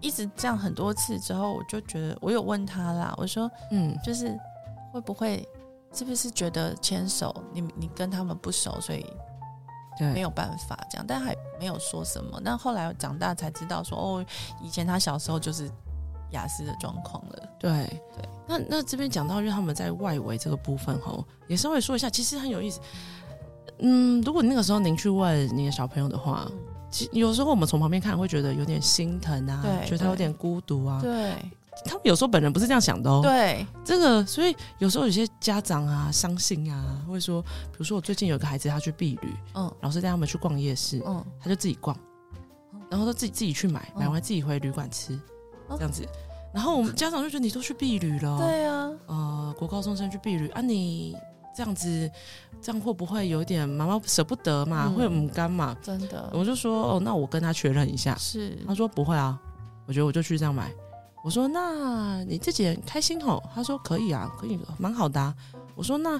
一直这样很多次之后，我就觉得我有问他啦，我说
嗯，
就是会不会是不是觉得牵手你你跟他们不熟，所以
对，
没有办法这样，但还没有说什么。但后来长大才知道说哦，以前他小时候就是雅思的状况了。
对对，那那这边讲到，就是他们在外围这个部分吼，也稍微说一下，其实很有意思。嗯，如果那个时候您去问你的小朋友的话，其实有时候我们从旁边看会觉得有点心疼啊，
对
觉得他
对
有点孤独啊。
对
他们有时候本人不是这样想的哦。
对，
这个，所以有时候有些家长啊，伤心啊，会说，比如说我最近有个孩子，他去避旅，
嗯
老师带他们去逛夜市，
嗯，
他就自己逛，然后都自己自己去买，
嗯
买完自己回旅馆吃，
嗯
这样子。然后我们家长就觉得你都去避旅了，
对啊，
呃，国高中生去避旅啊，你这样子，这样会不会有点妈妈舍不得嘛，
嗯
会很干嘛？
真的
我就说哦，那我跟他确认一下。
是
他说不会啊，我觉得我就去这样买。我说那你自己很开心吼？他说可以啊，可以，蛮好的、啊。我说那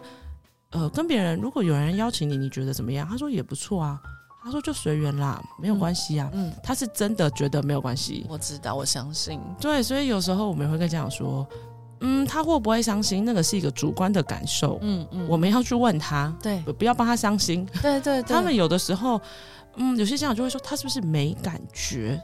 呃，跟别人如果有人邀请你，你觉得怎么样？他说也不错啊。他说就随缘啦，没有关系啊。
嗯，
他是真的觉得没有关系。
我知道，我相信，
对，所以有时候我们也会跟家长说，嗯，他会不会伤心，那个是一个主观的感受，
嗯嗯，
我们要去问他，
对
不要帮他伤心。
对对对，
他们有的时候，嗯，有些家长就会说他是不是没感觉？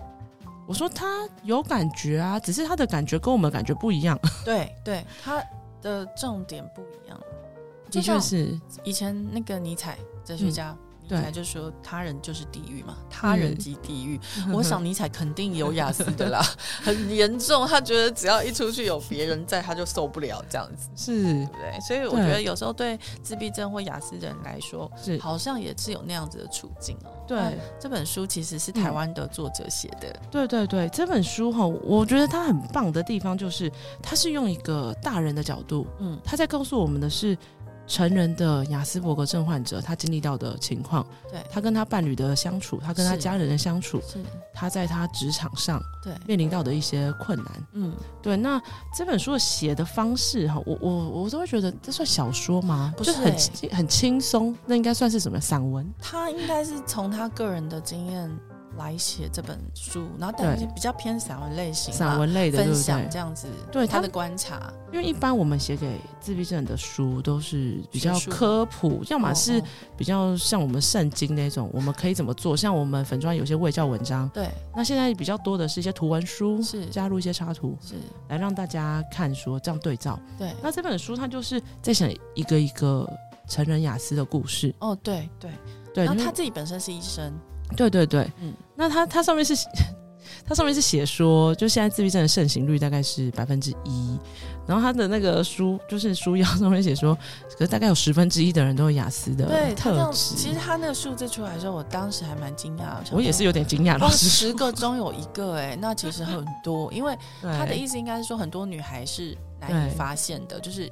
我说他有感觉啊，只是他的感觉跟我们的感觉
[LAUGHS]
不一样。
对对他的重点不一样，
的
就像
确是，
以前那个尼采哲学家。尼
嗯对
采就说他人就是地狱嘛，他人即地狱。
嗯
我想尼采肯定有雅思
[LAUGHS]
的啦，很严重。他觉得只要一出去有别人在，他就受不了这样子，
是
对不对？所以我
对
觉得有时候对自闭症或雅思的人来说，
是，
好像也是有那样子的处境哦。
对嗯
那这本书其实是台湾的作者写的，
对对对，这本书哈，我觉得它很棒的地方就是，它是用一个大人的角度，
嗯
他在告诉我们的是成人的雅斯伯格症患者他经历到的情况，
对
他跟他伴侣的相处，他跟他
是
家人的相处，
是，
他在他职场上
对，
面临到的一些困难。
嗯，
对，那这本书的写的方式哈，我我我都会觉得这算小说吗？
不
就是很
欸
轻很轻松，那应该算是什么散文？
他应该是从他个人的经验来写这本书，然后但
对
是比较偏散文类型啦，
散文类的，对
分
不
享这
对？
样子，
对
他
他
的观察
因为一般我们写给自闭症的书都是比较
学术
科普，要么是
哦哦
比较像我们圣经那种，我们可以怎么做？像我们粉砖有些卫教文章，
对
那现在比较多的是一些图文书，
是
加入一些插图
是，
来让大家看说，这样对照。
对，
那这本书它就是在讲一个一个成人雅思的故事，
哦对对，
对，
然后
因为
他自己本身是医生，
对对对，
嗯
那它它上面是 [LAUGHS] 它上面是写说，就现在自闭症的盛行率大概是百分之一，然后它的那个书就是书腰上面写说，可是大概有十分之一的人都有雅思的
对他这
特
样，
质，
其实他那个数字出来的时候，我当时还蛮惊讶，想说
我也是。有点惊讶，老
光
师
哦十个中有一个哎、那其实很多，因为他的意
思
思应该是说，很多女孩是难以
对
发现的，就是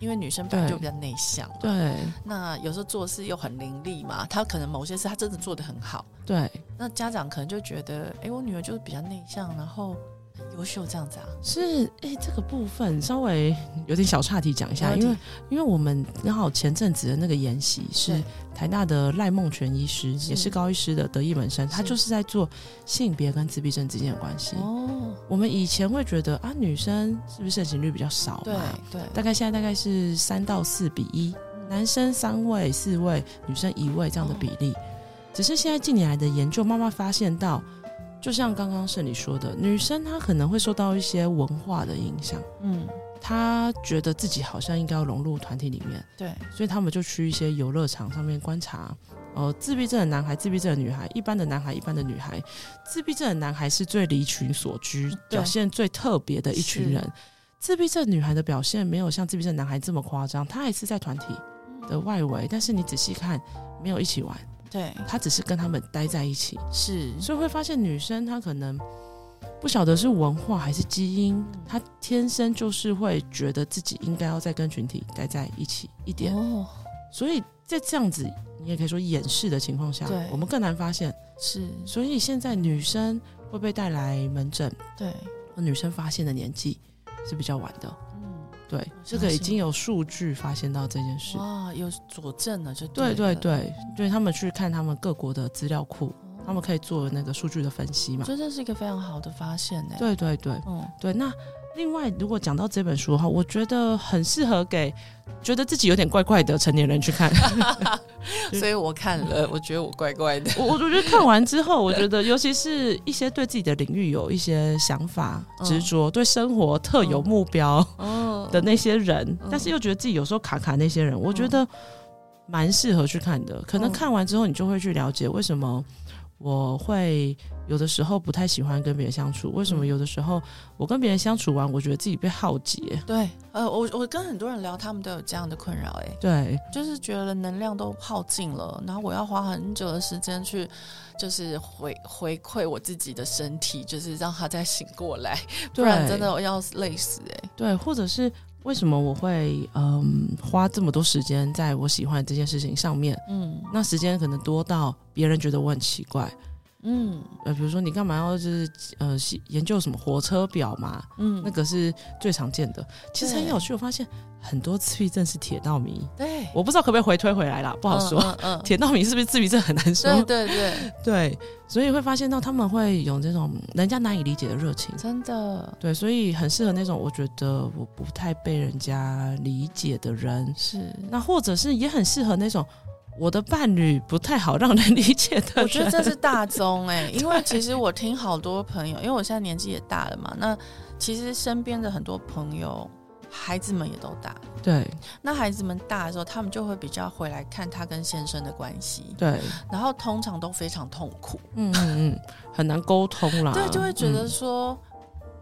因为女生本来
对
就比较内向，
对
那有时候做事又很伶俐嘛，她可能某些事她真的做得很好，
对
那家长可能就觉得，哎、我女儿就是比较内向，然后很优秀这样子啊。
是哎、这个部分稍微有点小岔题讲一下，
没问题
因为因为我们刚好前阵子的那个研习是
对
台大的赖梦泉医师，
是
也是高医师的得意门生，他
是
就是在做性别跟自闭症之间的关系。
哦，
我们以前会觉得啊，女生是不是盛行率比较少
对
嘛？
对，
大概现在大概是三到四比一，男生三位、四位，女生一位这样的比例。只是现在近年来的研究慢慢发现到，就像刚刚是你说的，女生她可能会受到一些文化的影响，
嗯，
她觉得自己好像应该要融入团体里面，
对，
所以他们就去一些游乐场上面观察。呃，自闭症的男孩、自闭症的女孩，一般的男孩、一般的女孩，自闭症的男孩是最离群所居，
对
表现最特别的一群人。自闭症女孩的表现没有像自闭症男孩这么夸张，他还是在团体的外围，但是你仔细看，没有一起玩，
对，
他只是跟他们待在一起，
是，
所以会发现女生她可能不晓得是文化还是基因，她天生就是会觉得自己应该要再跟群体待在一起一点。
哦，
所以在这样子，你也可以说掩饰的情况下
对，
我们更难发现。
是，
所以现在女生会被带来门诊，
对，
女生发现的年纪是比较晚的。
嗯，
对，这
相
个已
信
经有数据发现到这件事。
哇，有佐证了，就
对
对了，
对对，对他们去看他们各国的资料库，
哦
他们可以做那个数据的分析
我
嘛
觉。得这是一个非常好的发现呢。，欸
[LAUGHS] 对对对
嗯，
对，那另外，如果讲到这本书的话，我觉得很适合给觉得自己有点怪怪的成年人去看。
所以我看了，我觉得我怪怪的。
[LAUGHS] 我我我觉得看完之后，我觉得尤其是一些对自己的领域有一些想法、
嗯
执着，对生活特有目标
哦
的那些人，但是又觉得自己有时候卡卡那些人，我觉得蛮适合去看的。可能
嗯
看完之后，你就会去了解为什么。我会有的时候不太喜欢跟别人相处，为什
嗯
么？有的时候我跟别人相处完，我觉得自己被耗竭。
对，呃，我我跟很多人聊，他们都有这样的困扰、欸，
对，
就是觉得能量都耗尽了，然后我要花很久的时间去，就是回回馈我自己的身体，就是让它再醒过来，不
对
然真的要累死哎、
对，或者是为什么我会嗯花这么多时间在我喜欢的这件事情上面？
嗯
那时间可能多到别人觉得我很奇怪，
嗯
呃，比如说你干嘛要就是呃喜研究什么火车表嘛，
嗯
那个是最常见的。其实很
对
有趣，我发现很多自闭症是铁道迷，
对，
我不知道可不可以回推回来啦，不
不
好说。
嗯嗯嗯
铁道迷是不是自闭症很难说？
对对对，
对，所以会发现到他们会有这种人家难以理解的热情。
真的
对，所以很适合那种我觉得我不太被人家理解的人，
[LAUGHS] 是。
那或者是也很适合那种我的伴侣不太好让人理 [LAUGHS] 解的人。
我觉得这是大宗哎、因为其实我听好多朋友，因为我现在年纪也大了嘛，那其实身边的很多朋友，孩子们也都大了。
对
那孩子们大的时候，他们就会比较回来看他跟先生的关系，
对，
然后通常都非常痛苦，
嗯嗯嗯， [LAUGHS] 很难沟通啦。
对，就会觉得
嗯
说、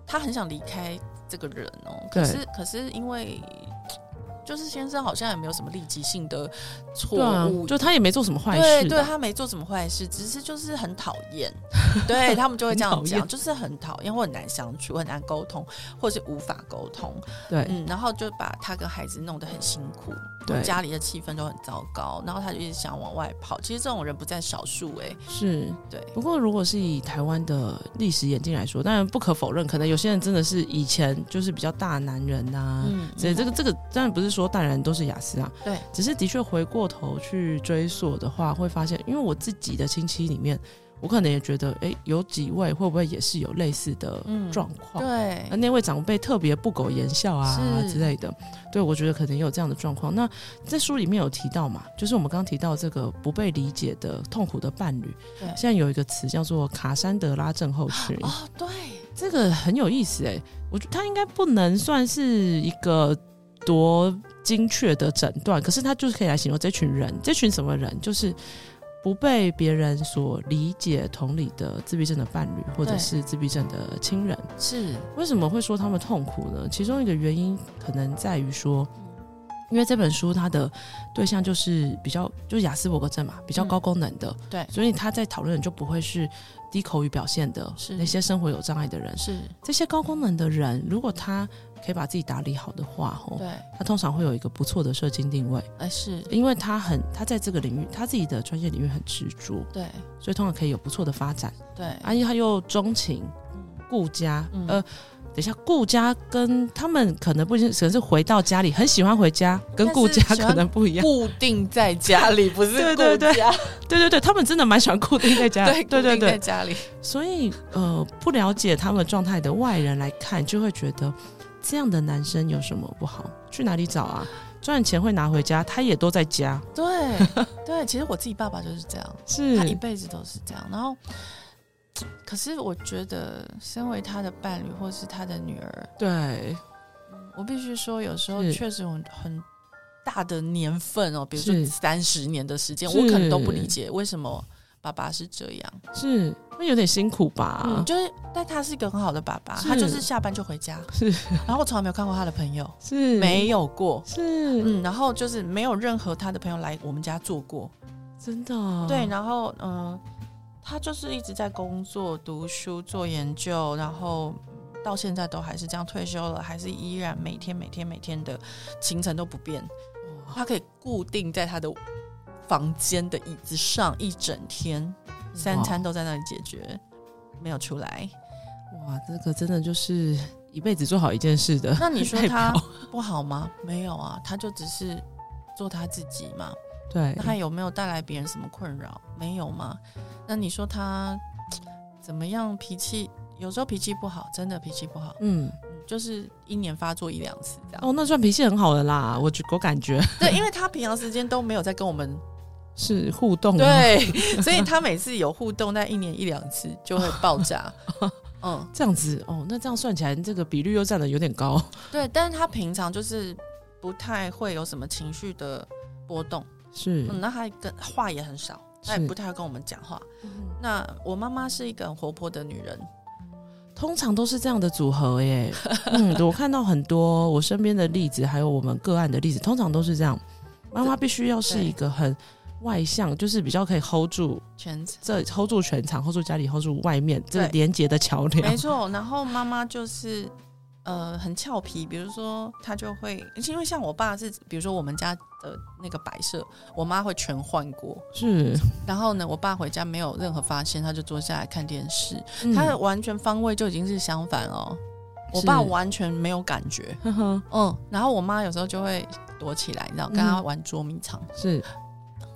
他很想离开这个人哦，
嗯对
可是可是因为就是先生好像也没有什么立即性的错
对啊
误，，
就他也没做什么坏事啊，
对对，他没做什么坏事，只是就是很讨
[LAUGHS]
厌，对他们就会这样
很讨
讲，
厌
就是很讨厌或很难相处，很难沟通，或是无法沟通，
对
嗯，然后就把他跟孩子弄得很辛苦，
对
家里的气氛都很糟糕，然后他就一直想往外跑。其实这种人不在少数哎、
是。
对，
不过，如果是以台湾的历史演进来说，当然不可否认，可能有些人真的是以前就是比较大男人啊呐、
嗯
所以这
嗯
个这个当然不是说大人都是雅思啊，
对，
只是的确回过头去追溯的话，会发现，因为我自己的亲戚里面，我可能也觉得，哎、有几位会不会也是有类似的
嗯
状况？
对
那，那位长辈特别不苟言笑啊
是
之类的，对我觉得可能也有这样的状况。那在书里面有提到嘛，就是我们刚刚提到这个不被理解的痛苦的伴侣，
对
现在有一个词叫做卡山德拉症候群，
哦，对，
这个很有意思哎、我觉得它应该不能算是一个多精确的诊断，可是它就是可以来形容这群人，这群什么人，就是不被别人所理解、同理的自闭症的伴侣，或者
对
是自闭症的亲人。
是
为什么会说他们痛苦呢？其中一个原因可能在于说，因为这本书它的对象就是比较就是雅斯伯格症嘛，比较
嗯
高功能的，
对
所以他在讨论的就不会是低口语表现的，
是
那些生活有障碍的人。
是，
这些高功能的人，如果他可以把自己打理好的话，吼，
对，
他通常会有一个不错的社经定位，
哎是，
因为他很他在这个领域，他自己的专业领域很执着，
对
所以通常可以有不错的发展。
对，
啊，因为他又钟情
嗯
顾家，
嗯
呃，等一下，顾家跟他们可能不一定，可能是回到家里很喜欢回家，跟顾家
但是喜欢
可能不一样。
固定在家里，不是
对对
顾家
对对对，他们真的蛮喜欢固定在家，
对
对对
固定在
对，
家里，
所以呃，不了解他们状态的外人来看，就会觉得这样的男生有什么不好？去哪里找啊？赚钱会拿回家，他也都在家，
对对，其实我自己爸爸就是这样，
是
他一辈子都是这样。然后，可是我觉得，身为他的伴侣或是他的女儿，
对
我必须说，有时候
是
确实有很大的年份哦，比如说
是
三十年的时间，
是
我可能都不理解为什么爸爸是这样。
是会有点辛苦吧？
嗯，就是，但他是一个很好的爸爸，
啊是
他就是下班就回家，
是
然后我从来没有看过他的朋友，
[LAUGHS] 是
没有过。
是、
嗯，然后就是没有任何他的朋友来我们家做过，
真的哦
对，然后嗯、呃他就是一直在工作、读书、做研究，然后嗯到现在都还是这样，退休了还是依然每天每天每天的行程都不变。
哇
他可以固定在他的房间的椅子上一整天，三餐都在那里解决，没有出来。
哇，这个真的就是一辈子做好一件事的。
那你说
代 [LAUGHS]
他
表
不好吗？没有啊，他就只是做他自己嘛。
对
那他有没有带来别人什么困扰？没有嘛？那你说他怎么样？脾气有时候脾气不好，真的脾气不好。
嗯
嗯就是一年发作一两次这样。
哦，那算脾气很好的啦，我觉我感觉
对，因为他平常时间都没有在跟我们
是互动啊
[LAUGHS]
的，
对，所以他每次有互动，但一年一两次就会爆 [LAUGHS] 炸。嗯，
这样子哦，那这样算起来，这个比率又占的有点高。
对，但是他平常就是不太会有什么情绪的波动，
是，
嗯，那他跟话也很少，他也
是
不太会跟我们讲话。那我妈妈是一个很活泼的女人，
通常都是这样的组合耶。
[LAUGHS]
嗯，我看到很多我身边的例子，还有我们个案的例子，通常都是这样。妈妈必须要是一个很外向，就是比较可以 hold 住
全程
这 hold 住全场，hold 住家里，hold 住外面，这
对
连接的桥梁
没。错。然后妈妈就是呃很俏皮，比如说她就会，因为像我爸是，比如说我们家的那个摆设，我妈会全换过。
是，
然后呢，我爸回家没有任何发现，他就坐下来看电视，
嗯
他的完全方位就已经是相反哦。我爸
是
完全没有感觉，
呵呵
嗯，然后我妈有时候就会躲起来，你知道，跟他玩捉迷藏。
是，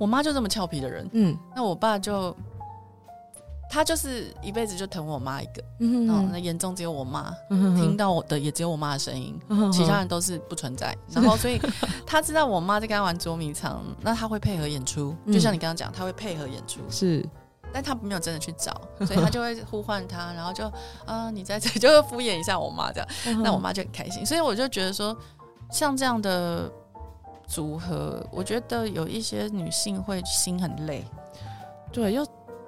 我妈就这么俏皮的人，
嗯
那我爸就，他就是一辈子就疼我妈一个，
嗯
哦，那眼中只有我妈，听
听
到我的也只有我妈的声音，
到
其他人都是不存在。然后，所以他知道我妈在跟他玩捉迷藏，那他会配合演出，
嗯
就像你刚刚讲，他会配合演出，
是
但他没有真的去找，所以他就会呼唤他，然后就啊，你在这， [LAUGHS] 就会敷衍一下我妈这样。
嗯
那我妈就很开心，所以我就觉得说，像这样的组合，我觉得有一些女性会心很累，
对，要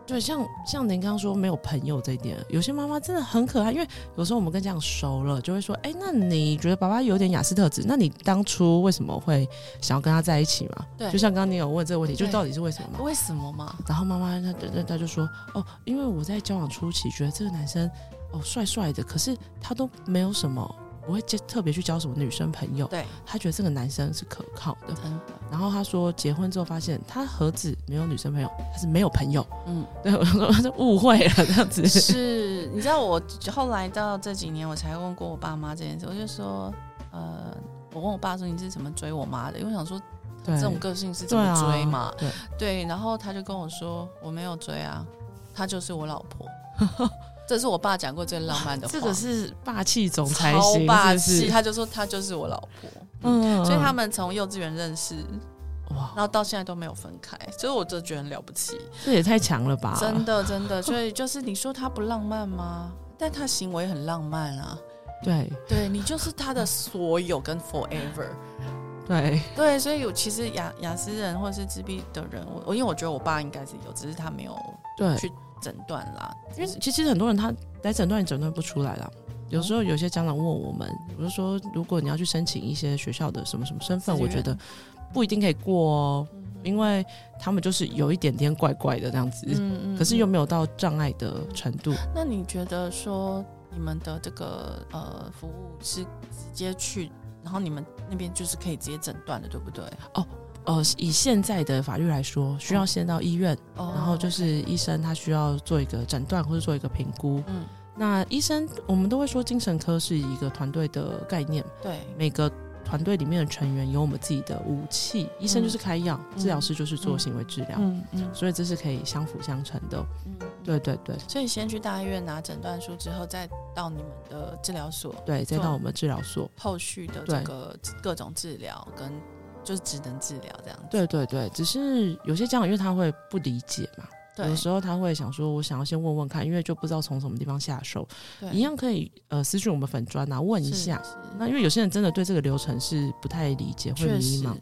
对，像像您刚刚说没有朋友这一点，有些妈妈真的很可爱，因为有时候我们跟家长熟了，就会说，哎，那你觉得爸爸有点雅思特质，那你当初为什么会想要跟他在一起嘛？
对
就像刚刚你有问这个问题，就
对
到底是为什么嘛？
为什么嘛？
然后妈妈她她她就说，哦，因为我在交往初期觉得这个男生哦帅帅的，可是他都没有什么。不会接特别去交什么女生朋友，
对，
她觉得这个男生是可靠的。
真的，
然后她说结婚之后发现他何止没有女生朋友，他是没有朋友。
嗯，
对，我说这误会了，这样子
是，你知道我后来到这几年，我才问过我爸妈这件事，我就说，呃，我问我爸说你是怎么追我妈的，因为我想说
[LAUGHS] 对
这种个性是怎
对
么
啊
追嘛，
对，啊
对，然后他就跟我说我没有追啊，她就是我老
[LAUGHS]
婆，这是我爸讲过最浪漫的话，
这个是霸气总裁
超
型，
霸
是不
气，
是，
他就说她就是我老婆。
嗯
所以他们从幼稚园认识，然
哇，
后到现在都没有分开，所以我就觉得很了不起，
这也太强了吧！
真的真的。所以就是你说他不浪漫吗？但他行为很浪漫啊，
对
对你就是他的所有跟 forever。
对，
对，所以我其实雅雅思人或者是自闭的人，我我因为我觉得我爸应该是有，只是他没有
对，
去诊断啦，
因
就
为
是
其实很多人他来诊断也诊断不出来啦。有时候有些家长问我们，我就说，如果你要去申请一些学校的什么什么身份，
资
我
源嗯
觉得不一定可以过哦，因为他们就是有一点点怪怪的这样子，
嗯嗯
可是又
有。
没有到障碍的程度。
那你觉得说你们的这个呃服务是直接去，然后你们那边就是可以直接诊断的，对不对？
呃，以现在的法律来说，需要先到医院，
哦
然后就是医生他需要做一个诊断或者做一个评估。
嗯，
那医生我们都会说，精神科是一个团队的概念，
对，
每个团队里面的成员有我们自己的武器，医生就是开药，
嗯
治疗师就是做行为治疗，
嗯嗯
所以这是可以相辅相成的。
嗯，
对对对
所以先去大医院拿诊断书之后，再到你们的治疗所
对，再到我们治疗所。
后续的这
对
个各种治疗跟就是职能治疗这样子。
对对对，只是有些家长因为他会不理解嘛，有的
对
时候他会想说，我想要先问问看，因为就不知道从什么地方下手，
对，
一样可以呃私讯我们粉砖啊，问一
是
下。
是
那因为有些人真的对这个流程是不太理解，会
确
迷
实
茫，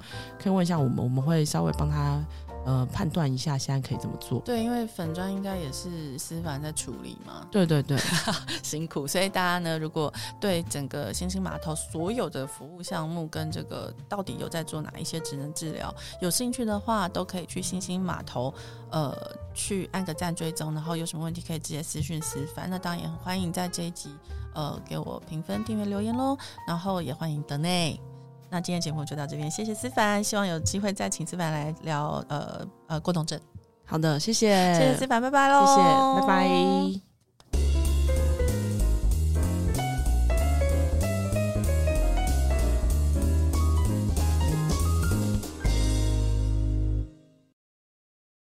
可以问一下我们，我们会稍微帮他呃判断一下现在可以怎么做。
对，因为粉砖应该也是思凡在处理嘛，
对对对， [LAUGHS]
辛苦，所以大家呢，如果对整个星星码头所有的服务项目跟这个到底有在做哪一些职能治疗有兴趣的话，都可以去星星码头，呃，去按个赞追踪，然后有什么问题可以直接私讯私凡。那当然也很欢迎在这一集呃给我评分、订阅、留言喽，然后也欢迎德内。那今天节目就到这边，谢谢思凡，希望有机会再请思凡来聊呃呃过动症，
好的，谢谢，
谢谢思凡，拜拜
谢
喽，
谢，拜拜。